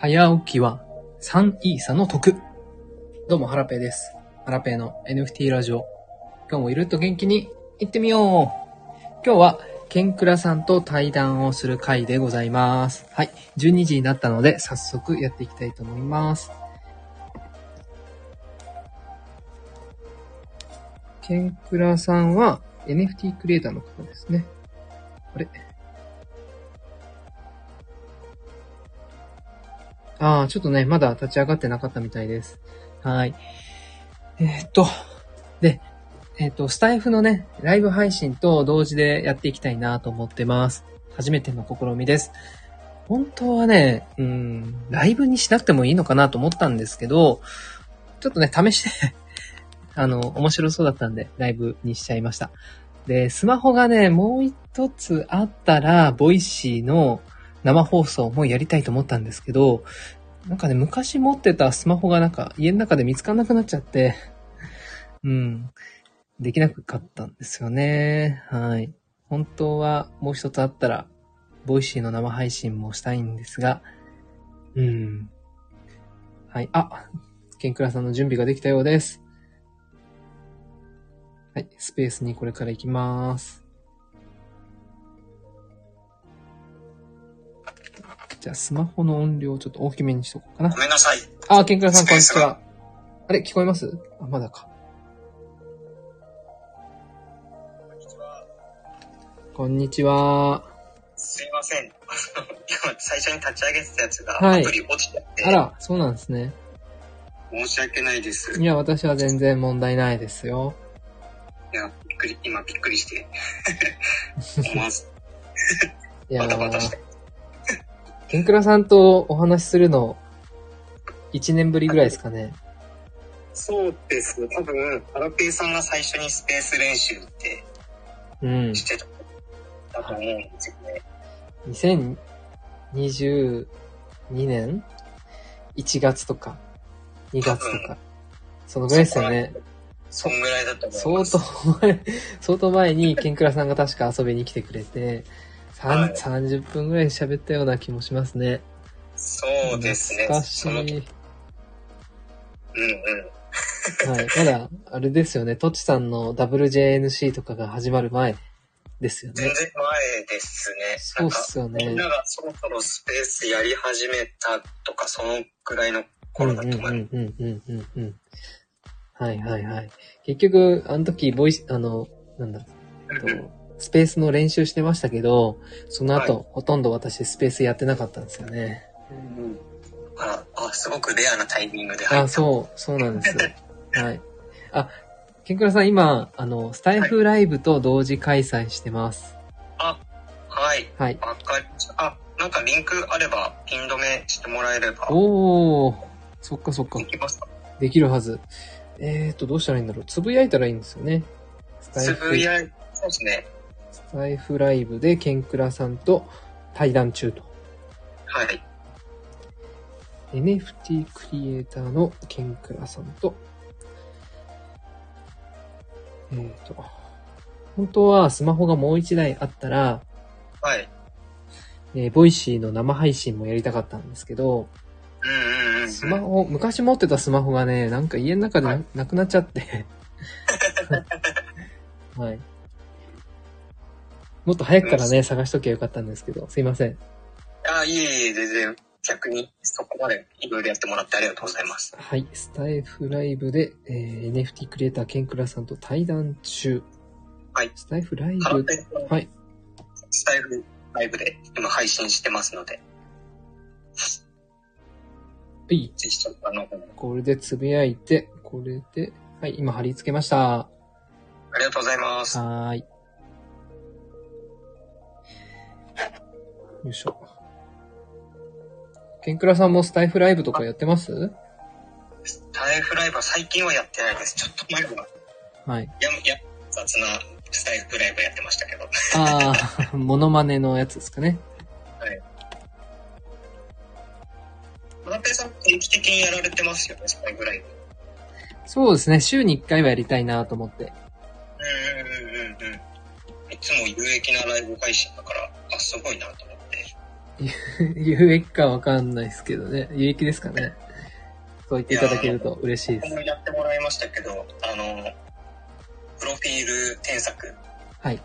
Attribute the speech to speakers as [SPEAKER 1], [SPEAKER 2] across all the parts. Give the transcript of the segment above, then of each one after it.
[SPEAKER 1] 早起きは3イーサの得。どうも、ハラペーです。ハラペーの NFT ラジオ。今日もゆるっと元気に行ってみよう今日は、ケンクラさんと対談をする回でございます。はい。12時になったので、早速やっていきたいと思います。ケンクラさんは NFT クリエイターの方ですね。あれああ、ちょっとね、まだ立ち上がってなかったみたいです。はい。えーっと、で、えーっと、スタイフのね、ライブ配信と同時でやっていきたいなと思ってます。初めての試みです。本当はね、うん、ライブにしなくてもいいのかなと思ったんですけど、ちょっとね、試して、 あの、面白そうだったんで、ライブにしちゃいました。で、スマホがね、もう一つあったら、ボイシーの生放送もやりたいと思ったんですけど、なんかね、昔持ってたスマホがなんか家の中で見つかんなくなっちゃって、うん、できなかったんですよね。はい。本当はもう一つあったら、ボイシーの生配信もしたいんですが、うん。はい。あ、ケンクラさんの準備ができたようです。はい。スペースにこれから行きます。じゃあ、スマホの音量をちょっと大きめにしとこうかな
[SPEAKER 2] ご。めんなさい。
[SPEAKER 1] あ、ケンクラさん、こんにち
[SPEAKER 2] スペース
[SPEAKER 1] は
[SPEAKER 2] が。
[SPEAKER 1] あれ、聞こえますあ、まだか。こんにちは。
[SPEAKER 2] すいません。 今最初に立ち上げてたやつが
[SPEAKER 1] はい
[SPEAKER 2] アプリ落ちちゃって、
[SPEAKER 1] あら、そうなんですね。
[SPEAKER 2] 申し訳ないです。
[SPEAKER 1] いや、私は全然問題ないですよ。
[SPEAKER 2] いや、びっくり、今びっく りして、思わず
[SPEAKER 1] いや
[SPEAKER 2] バタバタし
[SPEAKER 1] ー
[SPEAKER 2] て。、
[SPEAKER 1] ケンクラさんとお話しするの、1年ぶりぐらいですかね。
[SPEAKER 2] そうです。多分、ハラペイさんが最初にスペース練習って
[SPEAKER 1] うん。
[SPEAKER 2] してた。だと思うんですよね。
[SPEAKER 1] 2022年 ?1 月とか、2月とか。そのぐらいですよね。
[SPEAKER 2] そんぐらいだと思い
[SPEAKER 1] 相
[SPEAKER 2] ます。
[SPEAKER 1] 当前、 相当前に、ケンクラさんが確か遊びに来てくれて、さん
[SPEAKER 2] はい
[SPEAKER 1] 30分ぐらい喋ったような気もしますね。
[SPEAKER 2] そうですね。
[SPEAKER 1] 懐かし
[SPEAKER 2] その、うんう
[SPEAKER 1] い。
[SPEAKER 2] ん。
[SPEAKER 1] はい。まだ、あれですよね。トチさんの WJNC とかが始まる前ですよ
[SPEAKER 2] 全
[SPEAKER 1] ね。
[SPEAKER 2] 然前ですね。
[SPEAKER 1] そうっすよね
[SPEAKER 2] なんかみんながそろそろスペースやり始めたとか、そのくらいの頃だと思います。
[SPEAKER 1] うんうんうんうんうんうん。はいはいはい。結局、あの時、ボイス、あの、なんだ、えっとスペースの練習してましたけど、その後、
[SPEAKER 2] は
[SPEAKER 1] ほとんど私スペースやってなかったんですよね。
[SPEAKER 2] あら、あ、すごくレアなタイミングで入
[SPEAKER 1] あ、
[SPEAKER 2] った。う。
[SPEAKER 1] そう、そうなん です。はい。あ、ケンクラさん、今、あの、スタイフライブと同時開催してます。
[SPEAKER 2] あ、はい。
[SPEAKER 1] はい。
[SPEAKER 2] わかりました。あ、なんかリンクあれば、ピン止めしてもらえれば、
[SPEAKER 1] おー、そっかそっか
[SPEAKER 2] で。きますか
[SPEAKER 1] できるはず。えーと、どうしたらいいんだろう。つぶやいたらいいんですよね。スタイ
[SPEAKER 2] つ
[SPEAKER 1] フ
[SPEAKER 2] ぶ、やい、そうですね。
[SPEAKER 1] スタイフライブでケンクラさんと対談中と。
[SPEAKER 2] はい。
[SPEAKER 1] NFT クリエイターのケンクラさんと、えっ、と、本当はスマホがもう一台あったら、
[SPEAKER 2] はい。
[SPEAKER 1] えーボイシーの生配信もやりたかったんですけど、
[SPEAKER 2] うんうんうん。
[SPEAKER 1] スマホ、昔持ってたスマホがね、なんか家の中でな,、
[SPEAKER 2] はい
[SPEAKER 1] くなっちゃ って。はい。もっと早くからね、探しときゃよかったんですけど、すいません。
[SPEAKER 2] あ、いえいえ、全然、逆に、そこまでいろいろやってもらってありがとうございます。
[SPEAKER 1] はい。スタイフライブで、えー NFT クリエイターケンクラさんと対談中。
[SPEAKER 2] はい
[SPEAKER 1] スタイフライ
[SPEAKER 2] ハラ
[SPEAKER 1] ブ。
[SPEAKER 2] ペンの
[SPEAKER 1] はい。
[SPEAKER 2] スタイルライブで今配信してますので、
[SPEAKER 1] はい。
[SPEAKER 2] ぜひちょっとあの、
[SPEAKER 1] これでつぶやいて、これで、はい、今貼り付けました。
[SPEAKER 2] ありがとうございます。
[SPEAKER 1] はーい。よいしょ。ケンクラさんもスタイフライブとかやってます
[SPEAKER 2] タイフライブは最近はやってないです。ちょっと前は、
[SPEAKER 1] はい。
[SPEAKER 2] や、や、雑なスタイルライブやってましたけど。
[SPEAKER 1] ああ、モノマネのやつですかね。
[SPEAKER 2] マナペイさん定期的にやられてますよね、スタイルライブ。
[SPEAKER 1] そうですね。週に1回はやりたいなと思って。
[SPEAKER 2] うんうんうんうんうん。いつも有益なライブ配信だから、あ、すごいなと思って。
[SPEAKER 1] 有益かわかんないですけどね。有益ですかね。そう言っていただけると嬉しいです。
[SPEAKER 2] やってもらいましたけど、あの、プロフィール添削。
[SPEAKER 1] はい。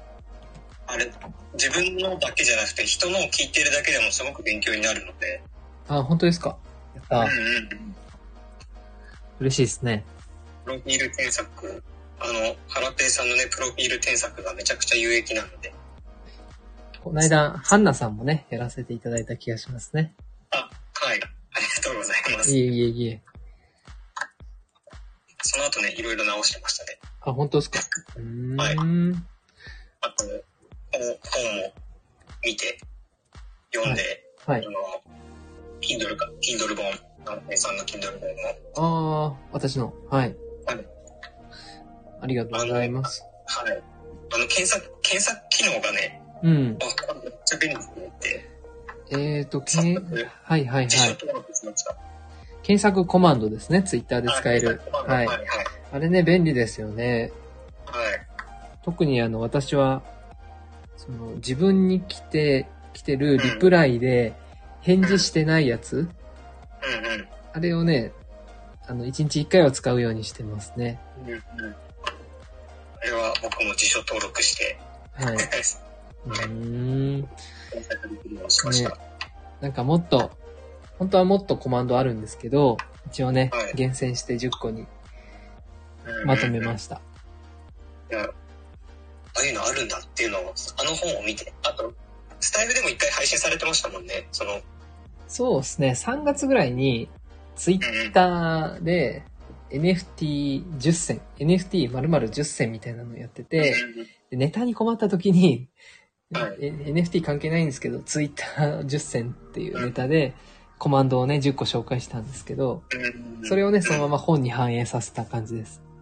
[SPEAKER 2] あれ、自分のだけじゃなくて、人のを聞いてるだけでもすごく勉強になるので。
[SPEAKER 1] あ、本当ですかやった
[SPEAKER 2] うん
[SPEAKER 1] ー。
[SPEAKER 2] うん。
[SPEAKER 1] 嬉しいですね。
[SPEAKER 2] プロフィール添削。あの、原ペイさんのね、プロフィール添削がめちゃくちゃ有益なので。
[SPEAKER 1] この間、ハンナさんもね、やらせていただいた気がしますね。
[SPEAKER 2] あ、はい。ありがとうございます。
[SPEAKER 1] いえいえいえ。
[SPEAKER 2] その後ね、いろいろ直してましたね。
[SPEAKER 1] あ、本当ですかうーん。
[SPEAKER 2] あと、本を見て、読んで、
[SPEAKER 1] はい。
[SPEAKER 2] あの、Kindle か、Kindle 本、原ペイさんの Kindle 本を
[SPEAKER 1] ああ、私の。はい
[SPEAKER 2] はい。
[SPEAKER 1] ありがとうございます。
[SPEAKER 2] はい。あの、検索、検索機能がね、
[SPEAKER 1] うん。
[SPEAKER 2] あめっちゃ便利だと思って、
[SPEAKER 1] えーと、け
[SPEAKER 2] 早
[SPEAKER 1] ん、は
[SPEAKER 2] 速
[SPEAKER 1] いはいはい。
[SPEAKER 2] 辞書登録しました。
[SPEAKER 1] 検索コマンドですね。ツイッターで使える。
[SPEAKER 2] はい。はい。
[SPEAKER 1] あれね、便利ですよね。
[SPEAKER 2] はい。
[SPEAKER 1] 特にあの、私は、その、自分に来て、来てるリプライで、返事してないやつ、
[SPEAKER 2] うんうん
[SPEAKER 1] あれをね、あの、1日1回は使うようにしてますね。
[SPEAKER 2] うんうん。あれは僕も辞書登録して、
[SPEAKER 1] はい。
[SPEAKER 2] 検
[SPEAKER 1] うーん。
[SPEAKER 2] 索できるようにしました。
[SPEAKER 1] ねなんかもっと、本当はもっとコマンドあるんですけど、一応ね、
[SPEAKER 2] はい
[SPEAKER 1] 厳選して10個にまとめま
[SPEAKER 2] し
[SPEAKER 1] した。
[SPEAKER 2] た。いやああいうのあるんだっていうのを、あの本を見て、あと、スタイルでも一回配信されてましたもんね。その、うん
[SPEAKER 1] そうですね、3月ぐらいに、ツイッ
[SPEAKER 2] うん。
[SPEAKER 1] ターで NFT10 選、NFT 〇〇10選みたいなのやってて、でネタに困った時に、
[SPEAKER 2] はい
[SPEAKER 1] え NFT 関係ないんですけど、ツイッター10選っていうネタで、コマンドをね、10個紹介したんですけど、
[SPEAKER 2] うん
[SPEAKER 1] それをね、そのまま本に反映させた感じです。
[SPEAKER 2] うん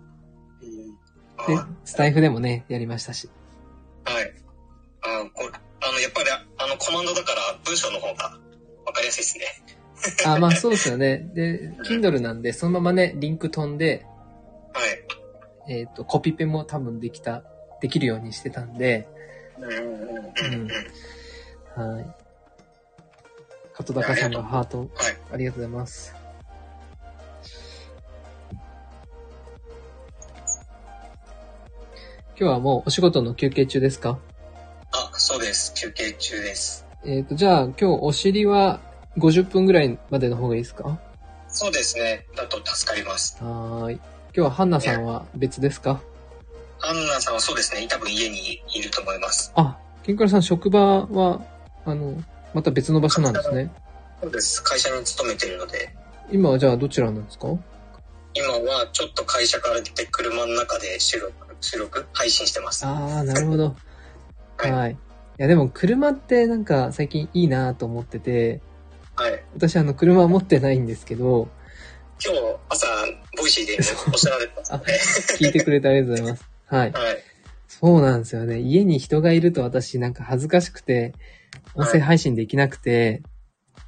[SPEAKER 1] で
[SPEAKER 2] あ、
[SPEAKER 1] スタイフでもね、やりましたし。
[SPEAKER 2] はい。あこあの、やっぱり、あの、コマンドだから、文章の方が分かりやすいですね。
[SPEAKER 1] あ、まあそうですよね。で、Kindle なんで、そのままね、リンク飛んで、
[SPEAKER 2] はい。
[SPEAKER 1] えっ、と、コピペも多分できた、できるようにしてたんで、
[SPEAKER 2] うんうんうんうん。
[SPEAKER 1] はい。加藤高さんがハート、
[SPEAKER 2] はい。
[SPEAKER 1] ありがとうございます。今日はもうお仕事の休憩中ですか
[SPEAKER 2] あ、そうです。休憩中です。
[SPEAKER 1] えっ、と、じゃあ今日お尻は50分ぐらいまでの方がいいですか
[SPEAKER 2] そうですね。だと助かります。
[SPEAKER 1] はーい。今日はハンナさんは別ですか
[SPEAKER 2] アンナさんはそうですね。多分家にいると思います。
[SPEAKER 1] あ、ケンカラさん、職場は、あの、また別の場所なんですね。
[SPEAKER 2] そうです。会社に勤めてるので、
[SPEAKER 1] 今はじゃあどちらなんですか
[SPEAKER 2] 今はちょっと会社から出て車の中で収録、収録、配信してます。は
[SPEAKER 1] ああ、なるほど。
[SPEAKER 2] はい
[SPEAKER 1] はい。いや、でも車ってなんか最近いいなと思ってて、
[SPEAKER 2] い。
[SPEAKER 1] 私あの車持ってないんですけど、
[SPEAKER 2] 今日朝、ボイシーでおっしゃられてますので、
[SPEAKER 1] 聞いてくれてありがとうございます。はい。
[SPEAKER 2] はい。
[SPEAKER 1] そうなんですよね。家に人がいると私なんか恥ずかしくて、音声配信できなくて、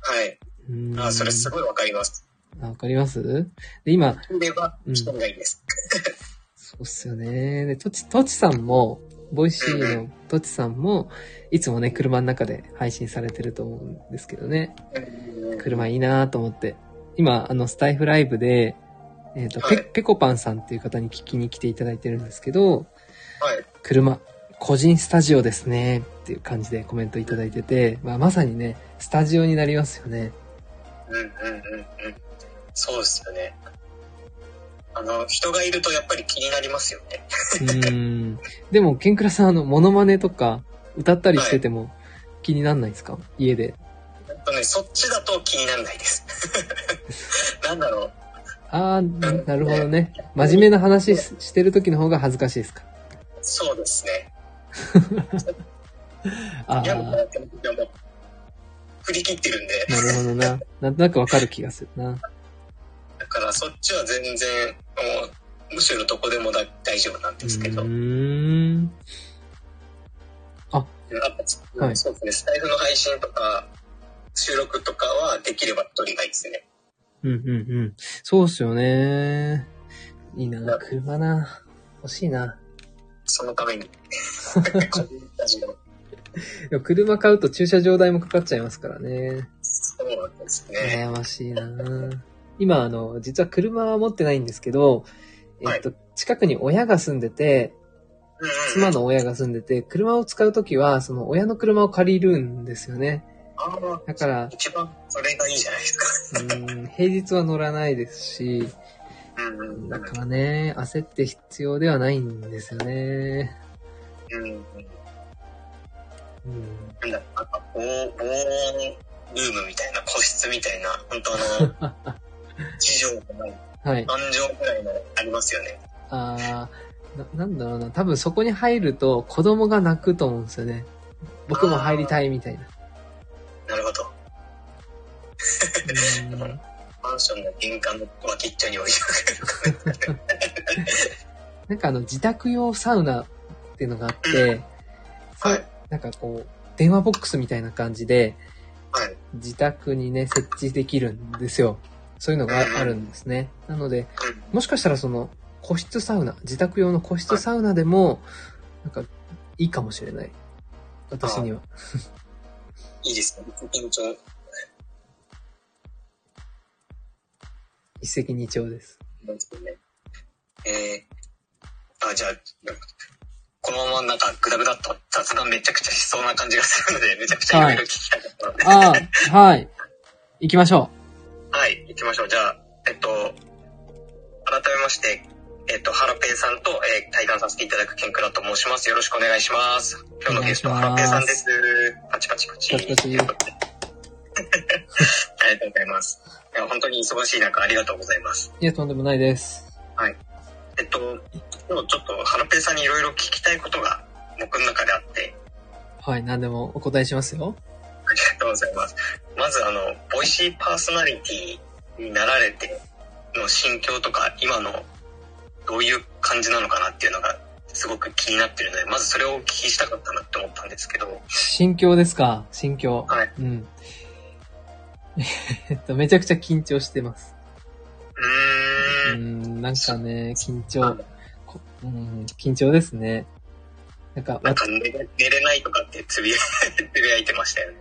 [SPEAKER 2] はい。
[SPEAKER 1] うーん
[SPEAKER 2] あ、それすごいわかります。
[SPEAKER 1] あわかりますで、今、
[SPEAKER 2] それは、人がいいです。
[SPEAKER 1] そうっすよね。で、とち、とちさんも、ボイシーのとちさんも、いつもね、車の中で配信されてると思うんですけどね。車いいなと思って。今、あの、スタイフライブで、えっ、と、
[SPEAKER 2] はい
[SPEAKER 1] ペ、ペコパンさんっていう方に聞きに来ていただいてるんですけど、
[SPEAKER 2] はい。
[SPEAKER 1] 車、個人スタジオですね、っていう感じでコメントいただいてて、まあ、まさにね、スタジオになりますよ ね。
[SPEAKER 2] うんうんうんうん。そうですよね。あの、人がいるとやっぱり気になりますよね。
[SPEAKER 1] うーん。でも、ケンクラさん、あの、モノマネとか、歌ったりしてても、気になんないですか家で。
[SPEAKER 2] やっぱね、そっちだと気にならない です。なんだろう。
[SPEAKER 1] ああ、なるほどね。真面目な話ししてる時の方が恥ずかしいですか。
[SPEAKER 2] そうですね。
[SPEAKER 1] ああ、
[SPEAKER 2] やる
[SPEAKER 1] な
[SPEAKER 2] か
[SPEAKER 1] る
[SPEAKER 2] なって思っても、振り切ってるんで、
[SPEAKER 1] ほどな。なんとなくわかる気がするな。
[SPEAKER 2] だからそっちは全然、もう、むしろどこでもだ大丈夫なん
[SPEAKER 1] う
[SPEAKER 2] ですけど、あ
[SPEAKER 1] ーん。
[SPEAKER 2] と
[SPEAKER 1] はい
[SPEAKER 2] そうですね、スタイルの配信とか、収録とかはできれば取りたいですね。
[SPEAKER 1] うんうんうん。そうっすよね。いいな、車な。欲しいな。
[SPEAKER 2] そのために、個人スタジオ
[SPEAKER 1] でも車買うと駐車場代もかかっちゃいますからね。
[SPEAKER 2] そうなんですね。
[SPEAKER 1] 悩ましいなぁ今、あの、実は車は持ってないんですけど、えっと、近くに親が住んでて、
[SPEAKER 2] うんうん
[SPEAKER 1] 妻。の親が住んでて、車を使うときは、その親の車を借りるんですよね。
[SPEAKER 2] ああ、
[SPEAKER 1] だから、
[SPEAKER 2] 一番それがいいじゃないですか。
[SPEAKER 1] うん、平日は乗らないですし、
[SPEAKER 2] うんうん。
[SPEAKER 1] だからね、焦って必要ではないんですよね。
[SPEAKER 2] うんうん。
[SPEAKER 1] うん、
[SPEAKER 2] なんだろう、なんか、防防音ルームみたいな、個室みたいな、本当あ の、地上とない、
[SPEAKER 1] はい。
[SPEAKER 2] 何畳くらいのありますよね。
[SPEAKER 1] あーな、なんだろうな。多分そこに入ると子供が泣くと思うんですよね。僕も入りたいみたいな。
[SPEAKER 2] なるほど。
[SPEAKER 1] うん
[SPEAKER 2] マンションの玄関の脇っちょに置いておく。
[SPEAKER 1] なんかあの、自宅用サウナっていうのがあって、さ
[SPEAKER 2] はい
[SPEAKER 1] なんかこう、電話ボックスみたいな感じで、
[SPEAKER 2] はい。
[SPEAKER 1] 自宅にね、設置できるんですよ。そういうのがああるんですね。なので、もしかしたらその、個室サウナ、自宅用の個室サウナでも、なんか、いいかもしれない。私には。
[SPEAKER 2] いいですね。緊張。
[SPEAKER 1] 一石二鳥です。
[SPEAKER 2] なんですけどね。えー、あ、じゃあ、このままなんかグダグダっと雑談めちゃくちゃしそうな感じがするので、めちゃくちゃいろいろ聞きたいと思います。
[SPEAKER 1] ああ、はい。行きましょ
[SPEAKER 2] はい、行きましょう。じゃあ、えっと、改めまして、えっと、ハラペンさんと、えー対談させていただくケンクラと申します。よろしくお願いします。今日のゲストはハラペンさんです。パチパチパチ。
[SPEAKER 1] パチパチ
[SPEAKER 2] ありがとうございます。いや、本当に忙しい中、ありがとうございます。
[SPEAKER 1] う。いや、とんでもないです。
[SPEAKER 2] えっと、今日ちょっとハラペンさんにいろいろ聞きたいことが僕の中であって、
[SPEAKER 1] はい、何でもお答えしますよ。
[SPEAKER 2] ありがとうございます。まずあの、ボイシーパーソナリティになられての心境とか、今のどういう感じなのかなっていうのがすごく気になってるので、まずそれをお聞きしたかったなって思ったんですけど、
[SPEAKER 1] 心境ですか心境。
[SPEAKER 2] はい。
[SPEAKER 1] うん。 えっと、めちゃくちゃ緊張してます。う
[SPEAKER 2] うーん、
[SPEAKER 1] ん、なんかね、緊張、こうん、緊張ですね。なんか、
[SPEAKER 2] なん
[SPEAKER 1] わ
[SPEAKER 2] か寝れ寝れないと かってつぶやつぶやいてましたよね。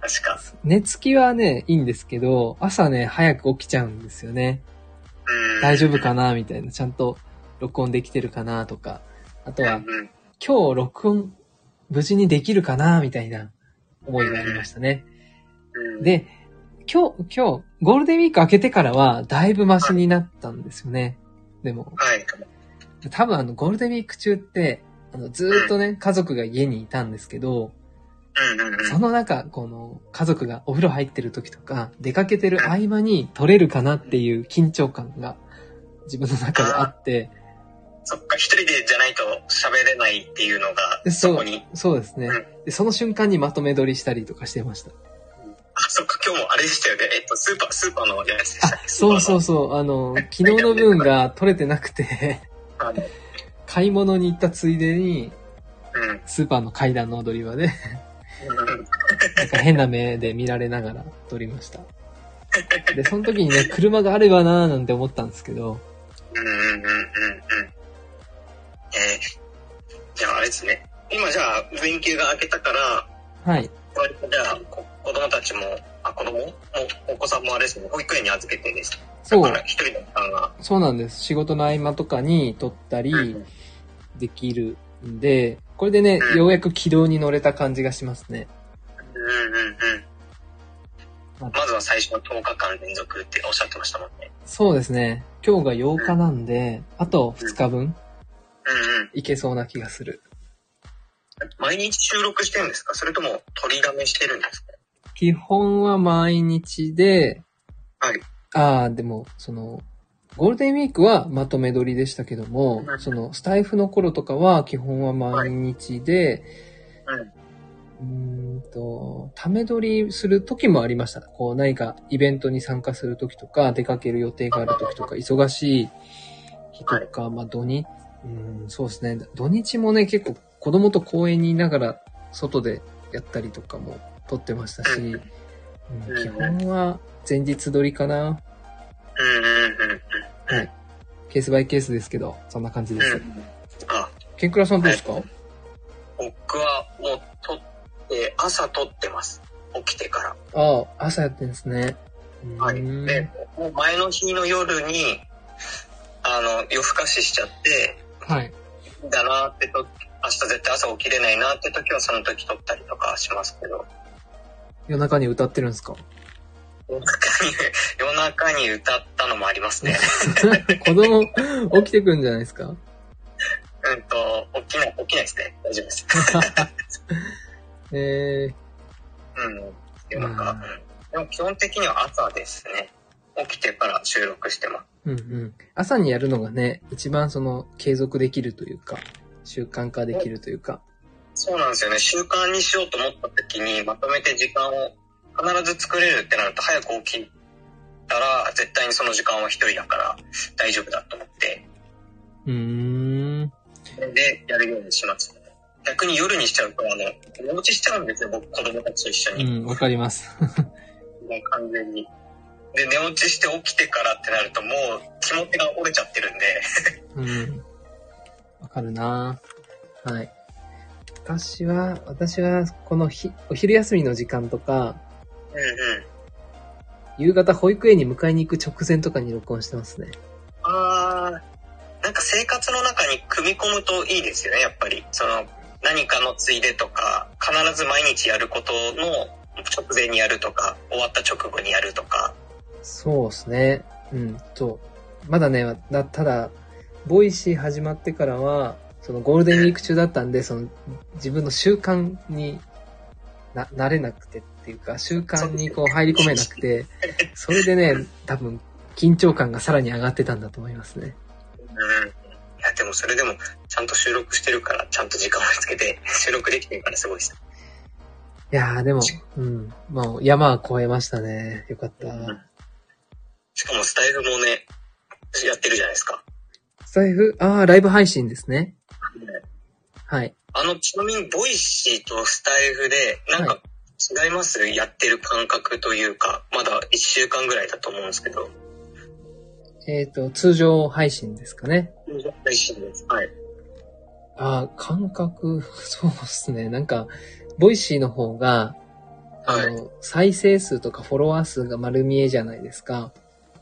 [SPEAKER 2] 確か。
[SPEAKER 1] 寝つきはね、いいんですけど、朝ね、早く起きちゃうんですよね。
[SPEAKER 2] うーん
[SPEAKER 1] 大丈夫かなみたいな。ちゃんと録音できてるかなとか。あと
[SPEAKER 2] うん
[SPEAKER 1] は、
[SPEAKER 2] うん。
[SPEAKER 1] 今日録音無事にできるかなみたいな思いがありましたね。
[SPEAKER 2] うん、
[SPEAKER 1] で、今日、今日、ゴールデンウィーク明けてからは、だいぶマシになったんですよね。でも、
[SPEAKER 2] はい。
[SPEAKER 1] 多分あの、ゴールデンウィーク中って、あの、ずーっとね、家族が家にいたんですけど、
[SPEAKER 2] うんうんうん。
[SPEAKER 1] その中、この、家族がお風呂入ってる時とか、出かけてる合間に取れるかなっていう緊張感が、自分の中であって、
[SPEAKER 2] そっか、一人でじゃないと喋れないっていうのが、
[SPEAKER 1] そう
[SPEAKER 2] そこに。
[SPEAKER 1] そうですね。で、その瞬間にまとめ撮りしたりとかしてました。
[SPEAKER 2] あ、そっか、今日もあれでしたよね。えっと、スーパー、スーパーのやつでした
[SPEAKER 1] あ、そうそう
[SPEAKER 2] そ
[SPEAKER 1] そう、あの、昨日の分が取れてなくて、
[SPEAKER 2] う。あの
[SPEAKER 1] 買い物に行ったついでに、
[SPEAKER 2] うん。う
[SPEAKER 1] スーパーの階段の踊り場で、
[SPEAKER 2] ん
[SPEAKER 1] なんか変な目で見られながら撮りました。で、その時にね、車があればなーなんて思ったんですけど、
[SPEAKER 2] うんうんうんうんうん。えー、じゃああれですね。今じゃあ、連休が明けたから、
[SPEAKER 1] はい。
[SPEAKER 2] 割とじゃあ、こ子供たちも、あ、子供もお子さんもあれですね、保育園に預けてです。だ
[SPEAKER 1] そ
[SPEAKER 2] か
[SPEAKER 1] う
[SPEAKER 2] ら、、一人の時間が。
[SPEAKER 1] そうなんです。仕事の合間とかに撮った
[SPEAKER 2] う
[SPEAKER 1] り
[SPEAKER 2] ん
[SPEAKER 1] できるんで、これでね、ようやく軌道に乗れた感じがしますね。
[SPEAKER 2] うんうんうん。まずは最初の10日間連続っておっしゃってましたもんね。
[SPEAKER 1] そうですね。今日が8日なんで、あと2日分
[SPEAKER 2] うんうん。
[SPEAKER 1] いけそうな気がする。
[SPEAKER 2] 毎日収録してるんですかそれとも取りだめしてるんですか
[SPEAKER 1] 基本は毎日で、
[SPEAKER 2] はい。
[SPEAKER 1] ああ、でも、その、ゴールデンウィークはまとめ撮りでしたけども、
[SPEAKER 2] うん
[SPEAKER 1] その、スタイフの頃とかは基本は毎日で、
[SPEAKER 2] はい
[SPEAKER 1] ー
[SPEAKER 2] う
[SPEAKER 1] んと、ため撮りする時もありました。こう、何かイベントに参加する時とか、出かける予定がある時とか、忙しい日とか、まあ、土日、うん、そうですね。土日もね、結構子供と公園にいながら、外でやったりとかも撮ってましたし、
[SPEAKER 2] うん
[SPEAKER 1] うん基本は前日撮りかな。
[SPEAKER 2] うんうんうんうん。
[SPEAKER 1] ケースバイケースですけど、そんな感じです。
[SPEAKER 2] あ、
[SPEAKER 1] ケンクラさんどうですか
[SPEAKER 2] 僕はもう撮っえー朝撮ってます。起きてから。
[SPEAKER 1] ああ、朝やってるんですね。
[SPEAKER 2] はい。
[SPEAKER 1] うん
[SPEAKER 2] で、もう前の日の夜に、あの、夜更かししちゃって、
[SPEAKER 1] はい。
[SPEAKER 2] だなーってと、明日絶対朝起きれないなーって時はその時撮ったりとかしますけど、
[SPEAKER 1] 夜中に歌ってるんですか
[SPEAKER 2] 夜中に、夜中に歌ったのもありま すね。
[SPEAKER 1] 子供、起きてくるんじゃないですか
[SPEAKER 2] うんと、起きない、起きないですね。大丈夫です。
[SPEAKER 1] えー、
[SPEAKER 2] うん。夜中。
[SPEAKER 1] うん
[SPEAKER 2] うんでも基本的には朝ですね。起きてから収録してます。
[SPEAKER 1] うんうん。朝にやるのがね、一番その、継続できるというか、習慣化できるというか。
[SPEAKER 2] そうなんですよね。習慣にしようと思った時に、まとめて時間を必ず作れるってなると、早く起きたら、絶対にその時間は一人だから大丈夫だと思って、
[SPEAKER 1] うーん。
[SPEAKER 2] で、やるようにします。逆に夜にしちゃうと、あの、寝落ちしちゃうんですよ、僕、子供たちと一緒
[SPEAKER 1] う
[SPEAKER 2] に。
[SPEAKER 1] ん、わかります。
[SPEAKER 2] もう完全に。で、寝落ちして起きてからってなると、もう気持ちが折れちゃってるんで、
[SPEAKER 1] うん。わかるなぁはい。私は、私は、このひ、お昼休みの時間とか、
[SPEAKER 2] うんうん。
[SPEAKER 1] 夕方保育園に迎えに行く直前とかに録音してますね。
[SPEAKER 2] あーなんか生活の中に組み込むといいですよね、やっぱり。その、何かのついでとか、必ず毎日やることの直前にやるとか、終わった直後にやるとか。
[SPEAKER 1] そうですね。うん、そう。まだね、だただ、ボイシー始まってからは、そのゴールデンウィーク中だったんで、その自分の習慣にな、なれなくてっていうか、習慣にこう入り込めなくて、それでね、多分緊張感がさらに上がってたんだと思いますね。
[SPEAKER 2] うん。いや、でもそれでも、ちゃんと収録してるから、ちゃんと時間をつけて、収録できてるからすごいです。
[SPEAKER 1] いやーでも、うん、まあ山は越えましたね。よかった。
[SPEAKER 2] しかもスタイルもね、やってるじゃないですか。
[SPEAKER 1] 財布、ああ、ライブ配信ですね。はい。
[SPEAKER 2] あの、ちなみに、ボイシーとスタイフで、なんか違います、やってる感覚というか、まだ1週間ぐらいだと思うんですけど。
[SPEAKER 1] えっ、と、通常配信ですかね。
[SPEAKER 2] 配信です。はい。
[SPEAKER 1] ああ、感覚、 そうですね。なんか、ボイシーの方が、あ
[SPEAKER 2] はい。
[SPEAKER 1] の、再生数とかフォロワー数が丸見えじゃないですか。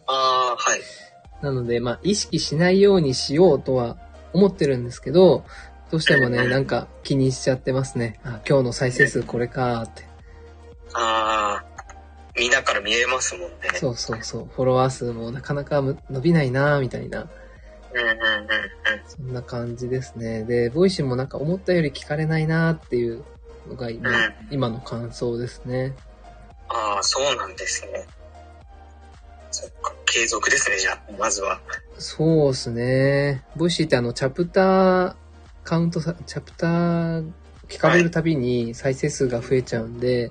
[SPEAKER 2] ああ、はい。
[SPEAKER 1] なので、まあ、意識しないようにしようとは思ってるんですけど、どうしてもね、なんか気にしちゃってますね。あ、今日の再生数これかーって。
[SPEAKER 2] ああ、みんなから見えますもんね。
[SPEAKER 1] そうそうそう。フォロワー数もなかなかむ伸びないなーみたいな。
[SPEAKER 2] うんうんうんうん。
[SPEAKER 1] そんな感じですね。で、ボイシーもなんか思ったより聞かれないなーっていうのが今、
[SPEAKER 2] うん
[SPEAKER 1] 今の感想ですね。
[SPEAKER 2] ああ、そうなんですね。そっか、継続ですね、じゃあ、まずは。
[SPEAKER 1] そうですね。ボイシーってあの、チャプター、カウントさ、チャプター、聞かれるたびに再生数が増えちゃうんで、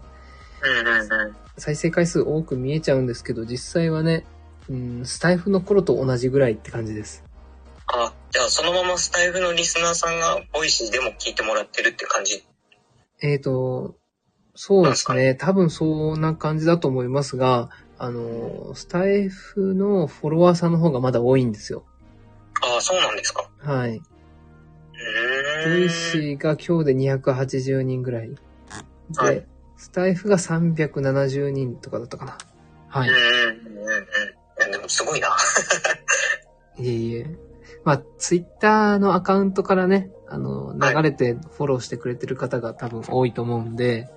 [SPEAKER 2] うんうんうん。
[SPEAKER 1] 再生回数多く見えちゃうんですけど、実際はね、うん、スタイフの頃と同じぐらいって感じです。
[SPEAKER 2] あ、じゃあそのままスタイフのリスナーさんがボイシーでも聞いてもらってるって感じ。
[SPEAKER 1] えっ、と、そうですね。多分そんな感じだと思いますが、あの、スタイフのフォロワーさんの方がまだ多いんですよ。
[SPEAKER 2] ああ、そうなんですか。
[SPEAKER 1] はい。
[SPEAKER 2] うー
[SPEAKER 1] ボ
[SPEAKER 2] ん。
[SPEAKER 1] イシーが今日で280人ぐらい。
[SPEAKER 2] は
[SPEAKER 1] で
[SPEAKER 2] い、
[SPEAKER 1] スタイフが370人とかだったかな。は
[SPEAKER 2] うんうんうんうん。いやでもすごいな。
[SPEAKER 1] い。いえいえ。まあ、ツイッターのアカウントからね、あの、
[SPEAKER 2] はい
[SPEAKER 1] 流れてフォローしてくれてる方が多分多いと思うんで、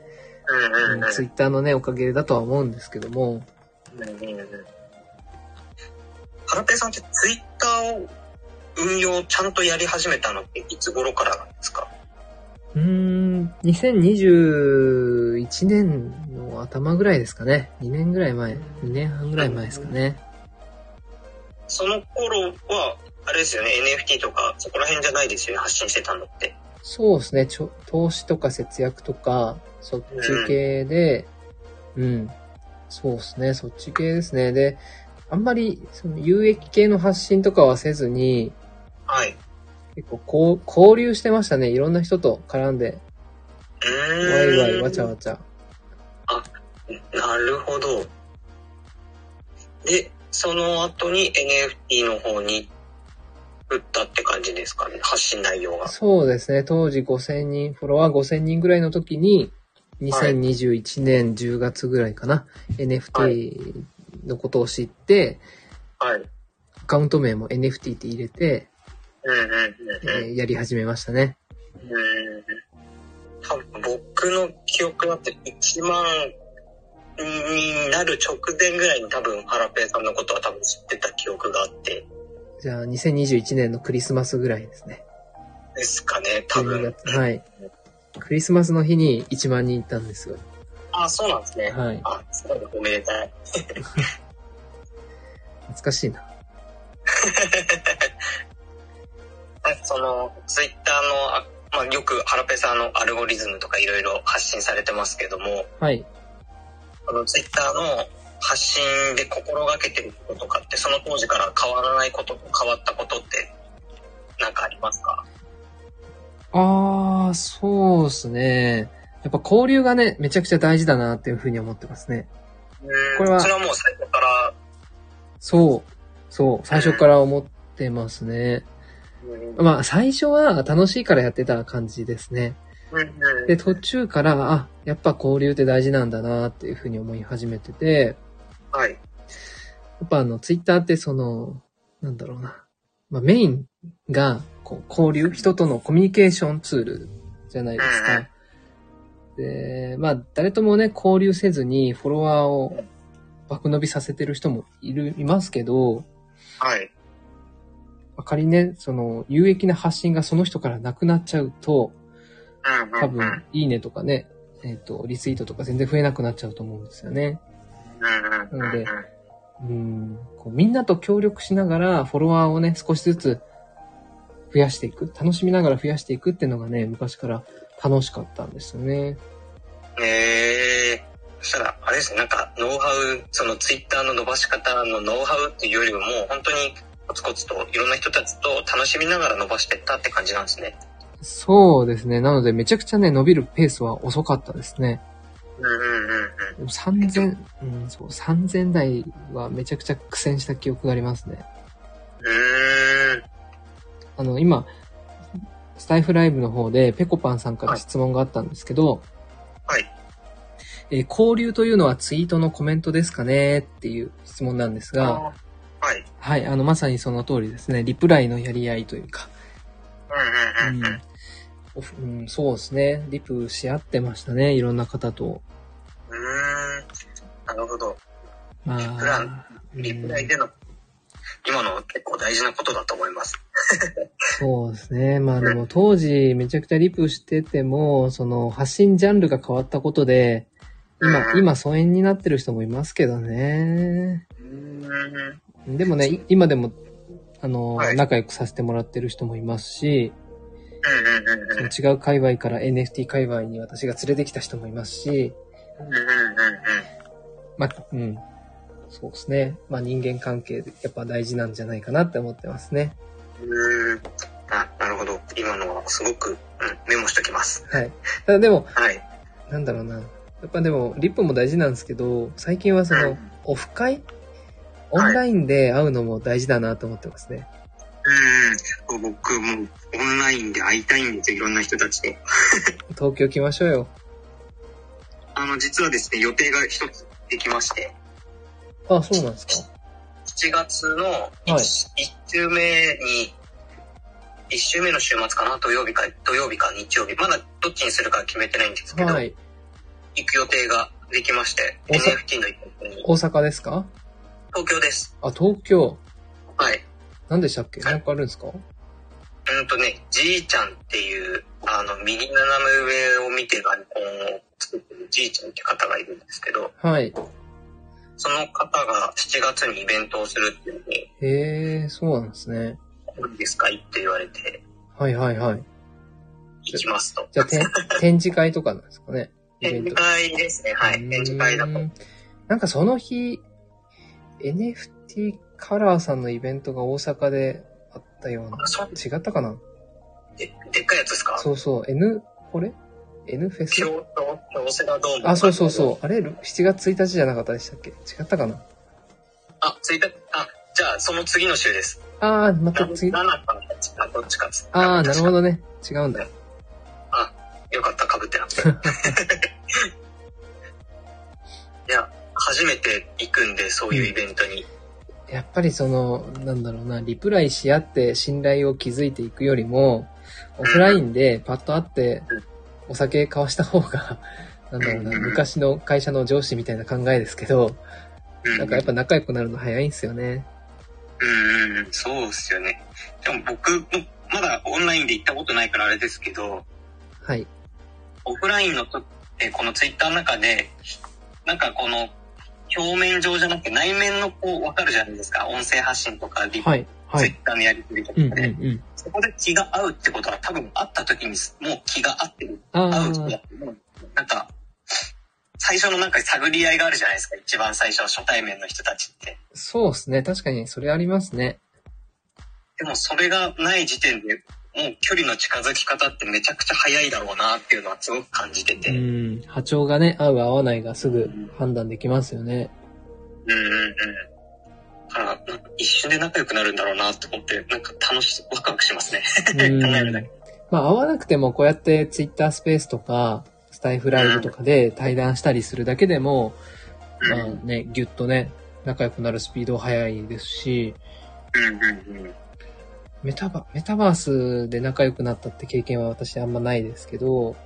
[SPEAKER 2] うんうんうん。
[SPEAKER 1] ツイッターのね、おかげだとは思うんですけども、
[SPEAKER 2] 原ペさんってツイッターを運用ちゃんとやり始めたのっていつ頃からなんですか
[SPEAKER 1] うーん、2021年の頭ぐらいですかね。2年ぐらい前、2年半ぐらい前ですかね。
[SPEAKER 2] その頃は、あれですよね、NFT とかそこら辺じゃないですよね、発信してたのって。
[SPEAKER 1] そうですね。ちょ投資とか節約とか、そっち系で、うん、そうですね。そっち系ですね。で、あんまり、その、有益系の発信とかはせずに、
[SPEAKER 2] はい。
[SPEAKER 1] 結構こう、交流してましたね。いろんな人と絡んで、
[SPEAKER 2] う
[SPEAKER 1] ワ
[SPEAKER 2] ーん。
[SPEAKER 1] イワイ、わちゃわちゃ。
[SPEAKER 2] なるほど。で、その後に NFT の方に打ったって感じですかね、発信内容が。
[SPEAKER 1] そうですね。当時5000人、フォロワー5000人ぐらいの時に、
[SPEAKER 2] はい
[SPEAKER 1] 2021年10月ぐらいかな、
[SPEAKER 2] は
[SPEAKER 1] NFT のことを知って、
[SPEAKER 2] はい。
[SPEAKER 1] アカウント名も NFT って入れて、
[SPEAKER 2] うんうん
[SPEAKER 1] え
[SPEAKER 2] うんうん。
[SPEAKER 1] ーやり始めましたね。
[SPEAKER 2] うん多分僕の記憶だと1万になる直前ぐらいに多分ハラペーさんのことは多分知ってた記憶があって、
[SPEAKER 1] じゃあ、2021年のクリスマスぐらいですね。
[SPEAKER 2] ですかね、多
[SPEAKER 1] 12
[SPEAKER 2] 分。
[SPEAKER 1] 月はい。クリスマスの日に1万人いったんですよ。
[SPEAKER 2] あ、そうなんですね。
[SPEAKER 1] はい。
[SPEAKER 2] あ、すごいおめでたい。
[SPEAKER 1] 懐かしいな。
[SPEAKER 2] なんかその、ツイッターの、あまあ、よくハラペーさんのアルゴリズムとかいろいろ発信されてますけども、
[SPEAKER 1] はい。
[SPEAKER 2] あの、ツイッターの発信で心がけてることとかって、その当時から変わらないこと、変わったことって、なんかありますか
[SPEAKER 1] あー、そうですね。やっぱ交流がね、めちゃくちゃ大事だなっていうふうに思ってますね。こ
[SPEAKER 2] こ
[SPEAKER 1] れは
[SPEAKER 2] それはもう最初から、
[SPEAKER 1] そう。そう。最初から思ってますね。
[SPEAKER 2] うん
[SPEAKER 1] まあ、最初は楽しいからやってた感じですね。で、途中から、あ、やっぱ交流って大事なんだなっていうふうに思い始めてて、
[SPEAKER 2] はい。
[SPEAKER 1] やっぱあの、ツイッターってその、なんだろうな。まあ、メインが、こう、交流、人とのコミュニケーションツールじゃないですか。で、まあ、誰ともね、交流せずに、フォロワーを爆伸びさせてる人もいる、いますけど、
[SPEAKER 2] はい。
[SPEAKER 1] まあ仮にね、その、有益な発信がその人からなくなっちゃうと、
[SPEAKER 2] うん
[SPEAKER 1] 多
[SPEAKER 2] うんうん
[SPEAKER 1] 分、いいねとかね、えっ、と、リツイートとか全然増えなくなっちゃうと思うんですよね。
[SPEAKER 2] うんうん
[SPEAKER 1] なので
[SPEAKER 2] うんう
[SPEAKER 1] う
[SPEAKER 2] ん
[SPEAKER 1] ん、こうみんなと協力しながらフォロワーをね、少しずつ増やしていく。楽しみながら増やしていくっていうのがね、昔から楽しかったんですよね。
[SPEAKER 2] ええそしたら、あれですね、なんか、ノウハウ、そのツイッターの伸ばし方のノウハウっていうよりも、もう本当にコツコツといろんな人たちと楽しみながら伸ばしてったって感じなんですね。
[SPEAKER 1] そうですね。なのでめちゃくちゃね、伸びるペースは遅かったですね。
[SPEAKER 2] うんうんうんうん。
[SPEAKER 1] でも3000、うん、そう、3000台はめちゃくちゃ苦戦した記憶がありますね。
[SPEAKER 2] うーん。
[SPEAKER 1] あの、今、スタイフライブの方でペコパンさんから質問があったんですけど、
[SPEAKER 2] はい。
[SPEAKER 1] えー交流というのはツイートのコメントですかねっていう質問なんですが、
[SPEAKER 2] はい。
[SPEAKER 1] はい、あの、まさにその通りですね。リプライのやり合いというか。
[SPEAKER 2] うんうんうんうん。
[SPEAKER 1] オフうん、そうですね。リプし合ってましたね。いろんな方と。
[SPEAKER 2] うーん。なるほど。
[SPEAKER 1] ま
[SPEAKER 2] リプラ
[SPEAKER 1] うん
[SPEAKER 2] リプライでの、今の結構大事なことだと思います。
[SPEAKER 1] そうですね。まあでも当時めちゃくちゃリプしてても、その発信ジャンルが変わったことで、今、
[SPEAKER 2] うん
[SPEAKER 1] 今疎遠になってる人もいますけどね。
[SPEAKER 2] うーん。
[SPEAKER 1] でもね、い今でも、あの、
[SPEAKER 2] はい
[SPEAKER 1] 仲良くさせてもらってる人もいますし、
[SPEAKER 2] うんうんうんうん。
[SPEAKER 1] その違う界隈から NFT 界隈に私が連れてきた人もいますし、
[SPEAKER 2] うんうんうんうん。
[SPEAKER 1] まあ、うん。そうですね。まあ人間関係やっぱ大事なんじゃないかなって思ってますね。
[SPEAKER 2] うーん。あ、なるほど。今のはすごく、うん、メモしときます。
[SPEAKER 1] はい。ただでも、
[SPEAKER 2] はい。
[SPEAKER 1] なんだろうな。やっぱでも、リップも大事なんですけど、最近はその、オフ会オンラインで会うのも大事だなと思ってますね。
[SPEAKER 2] うん。僕もオンラインで会いたいんですよ、いろんな人たちと。
[SPEAKER 1] 東京来ましょうよ。
[SPEAKER 2] あの、実はですね、予定が一つできまして、
[SPEAKER 1] あ、そうなんですか。
[SPEAKER 2] 7月の
[SPEAKER 1] は
[SPEAKER 2] 1,
[SPEAKER 1] い
[SPEAKER 2] 週目に、1週目の週末かな、土曜日か、土曜日か日曜日、まだどっちにするか決めてないんですけど、
[SPEAKER 1] はい。
[SPEAKER 2] 行く予定ができまして、
[SPEAKER 1] おさ
[SPEAKER 2] NFT の一角に、
[SPEAKER 1] 大阪ですか
[SPEAKER 2] 東京です。
[SPEAKER 1] あ、東京。
[SPEAKER 2] はい。
[SPEAKER 1] 何でしたっけなんかあるんですか
[SPEAKER 2] うんとね、じいちゃんっていう、あの、右斜め上を見てアイコンを作ってるじいちゃんって方がいるんですけど、
[SPEAKER 1] はい。
[SPEAKER 2] その方が7月にイベントをするっていうのに、
[SPEAKER 1] へえ、そうなんですね。
[SPEAKER 2] どうですかいって言われて、
[SPEAKER 1] はいはいはい。
[SPEAKER 2] 行きますと。
[SPEAKER 1] じゃあ、て ん展示会とかなんですかねイベ
[SPEAKER 2] 展
[SPEAKER 1] ント
[SPEAKER 2] 示。会ですね、はい。
[SPEAKER 1] うーん
[SPEAKER 2] 展示会だと。
[SPEAKER 1] なんかその日、NFT カラーさんのイベントが大阪であったような
[SPEAKER 2] あ。そう
[SPEAKER 1] 違ったかな
[SPEAKER 2] ででっかいやつですか
[SPEAKER 1] そうそう、N、これ ?N フェ
[SPEAKER 2] 京
[SPEAKER 1] ス
[SPEAKER 2] 都のセラドーム。
[SPEAKER 1] あ、そうそうそう。あれ ?7 月1日じゃなかったでしたっけ違ったかな
[SPEAKER 2] う。あ、ついた、あ、じゃあその次の週です。
[SPEAKER 1] あー、ま
[SPEAKER 2] な
[SPEAKER 1] た
[SPEAKER 2] 7
[SPEAKER 1] 次。
[SPEAKER 2] か
[SPEAKER 1] あ
[SPEAKER 2] 8か、どっちかです。
[SPEAKER 1] ー、なるほ
[SPEAKER 2] ど。
[SPEAKER 1] どね。違うんだ。
[SPEAKER 2] よかった、被ってなくて。 初めて行くんで、そういうイベントに。
[SPEAKER 1] やっぱりその、なんだろうな、リプライし合って信頼を築いていくよりも、オフラインでパッと会って
[SPEAKER 2] うん、
[SPEAKER 1] お酒交わした方が、 なんだろうな、
[SPEAKER 2] うん
[SPEAKER 1] 昔の会社の上司みたいな考えですけど、
[SPEAKER 2] うん
[SPEAKER 1] なんかやっぱ仲良くなるの早いんすよね。
[SPEAKER 2] うんうん、そうっすよね。でも僕もまだオンラインで行ったことないからあれですけど、
[SPEAKER 1] はい。
[SPEAKER 2] オフラインのと、えこのツイッターの中で、なんかこの、表面上じゃなくて内面のこう分かるじゃないですか。音声発信とか、リ
[SPEAKER 1] はい。は
[SPEAKER 2] ツイッ
[SPEAKER 1] い。
[SPEAKER 2] ターのやり取りとか
[SPEAKER 1] う
[SPEAKER 2] で、
[SPEAKER 1] んうんうん。
[SPEAKER 2] そこで気が合うってことは多分会った時にもう気が合ってる。
[SPEAKER 1] あ
[SPEAKER 2] 合う人だ
[SPEAKER 1] あ、
[SPEAKER 2] と思うんですよなんか、最初のなんか探り合いがあるじゃないですか。一番最初、初対面の人たちって。
[SPEAKER 1] そうですね。確かにそれありますね。
[SPEAKER 2] でもそれがない時点で、もう距離の近づき方ってめちゃくちゃ早いだろうなっていうのはすごく感じてて。
[SPEAKER 1] う
[SPEAKER 2] うん
[SPEAKER 1] ん。波長がね、合う合わないがすぐ判断できますよね。
[SPEAKER 2] うんうん。だから、なんか一瞬で仲良くなるんだろうなって思って、なんか楽し、ワクワクしますね。
[SPEAKER 1] うん
[SPEAKER 2] 考えるだけ
[SPEAKER 1] まあ、合わなくても、こうやってツイッタースペースとか、スタイフライブとかで対談したりするだけでも、
[SPEAKER 2] うん
[SPEAKER 1] まあね、ぎゅっとね、仲良くなるスピード早いですし、
[SPEAKER 2] うんうんうん。
[SPEAKER 1] メタバ、メタバースで仲良くなったって経験は私あんまないですけど、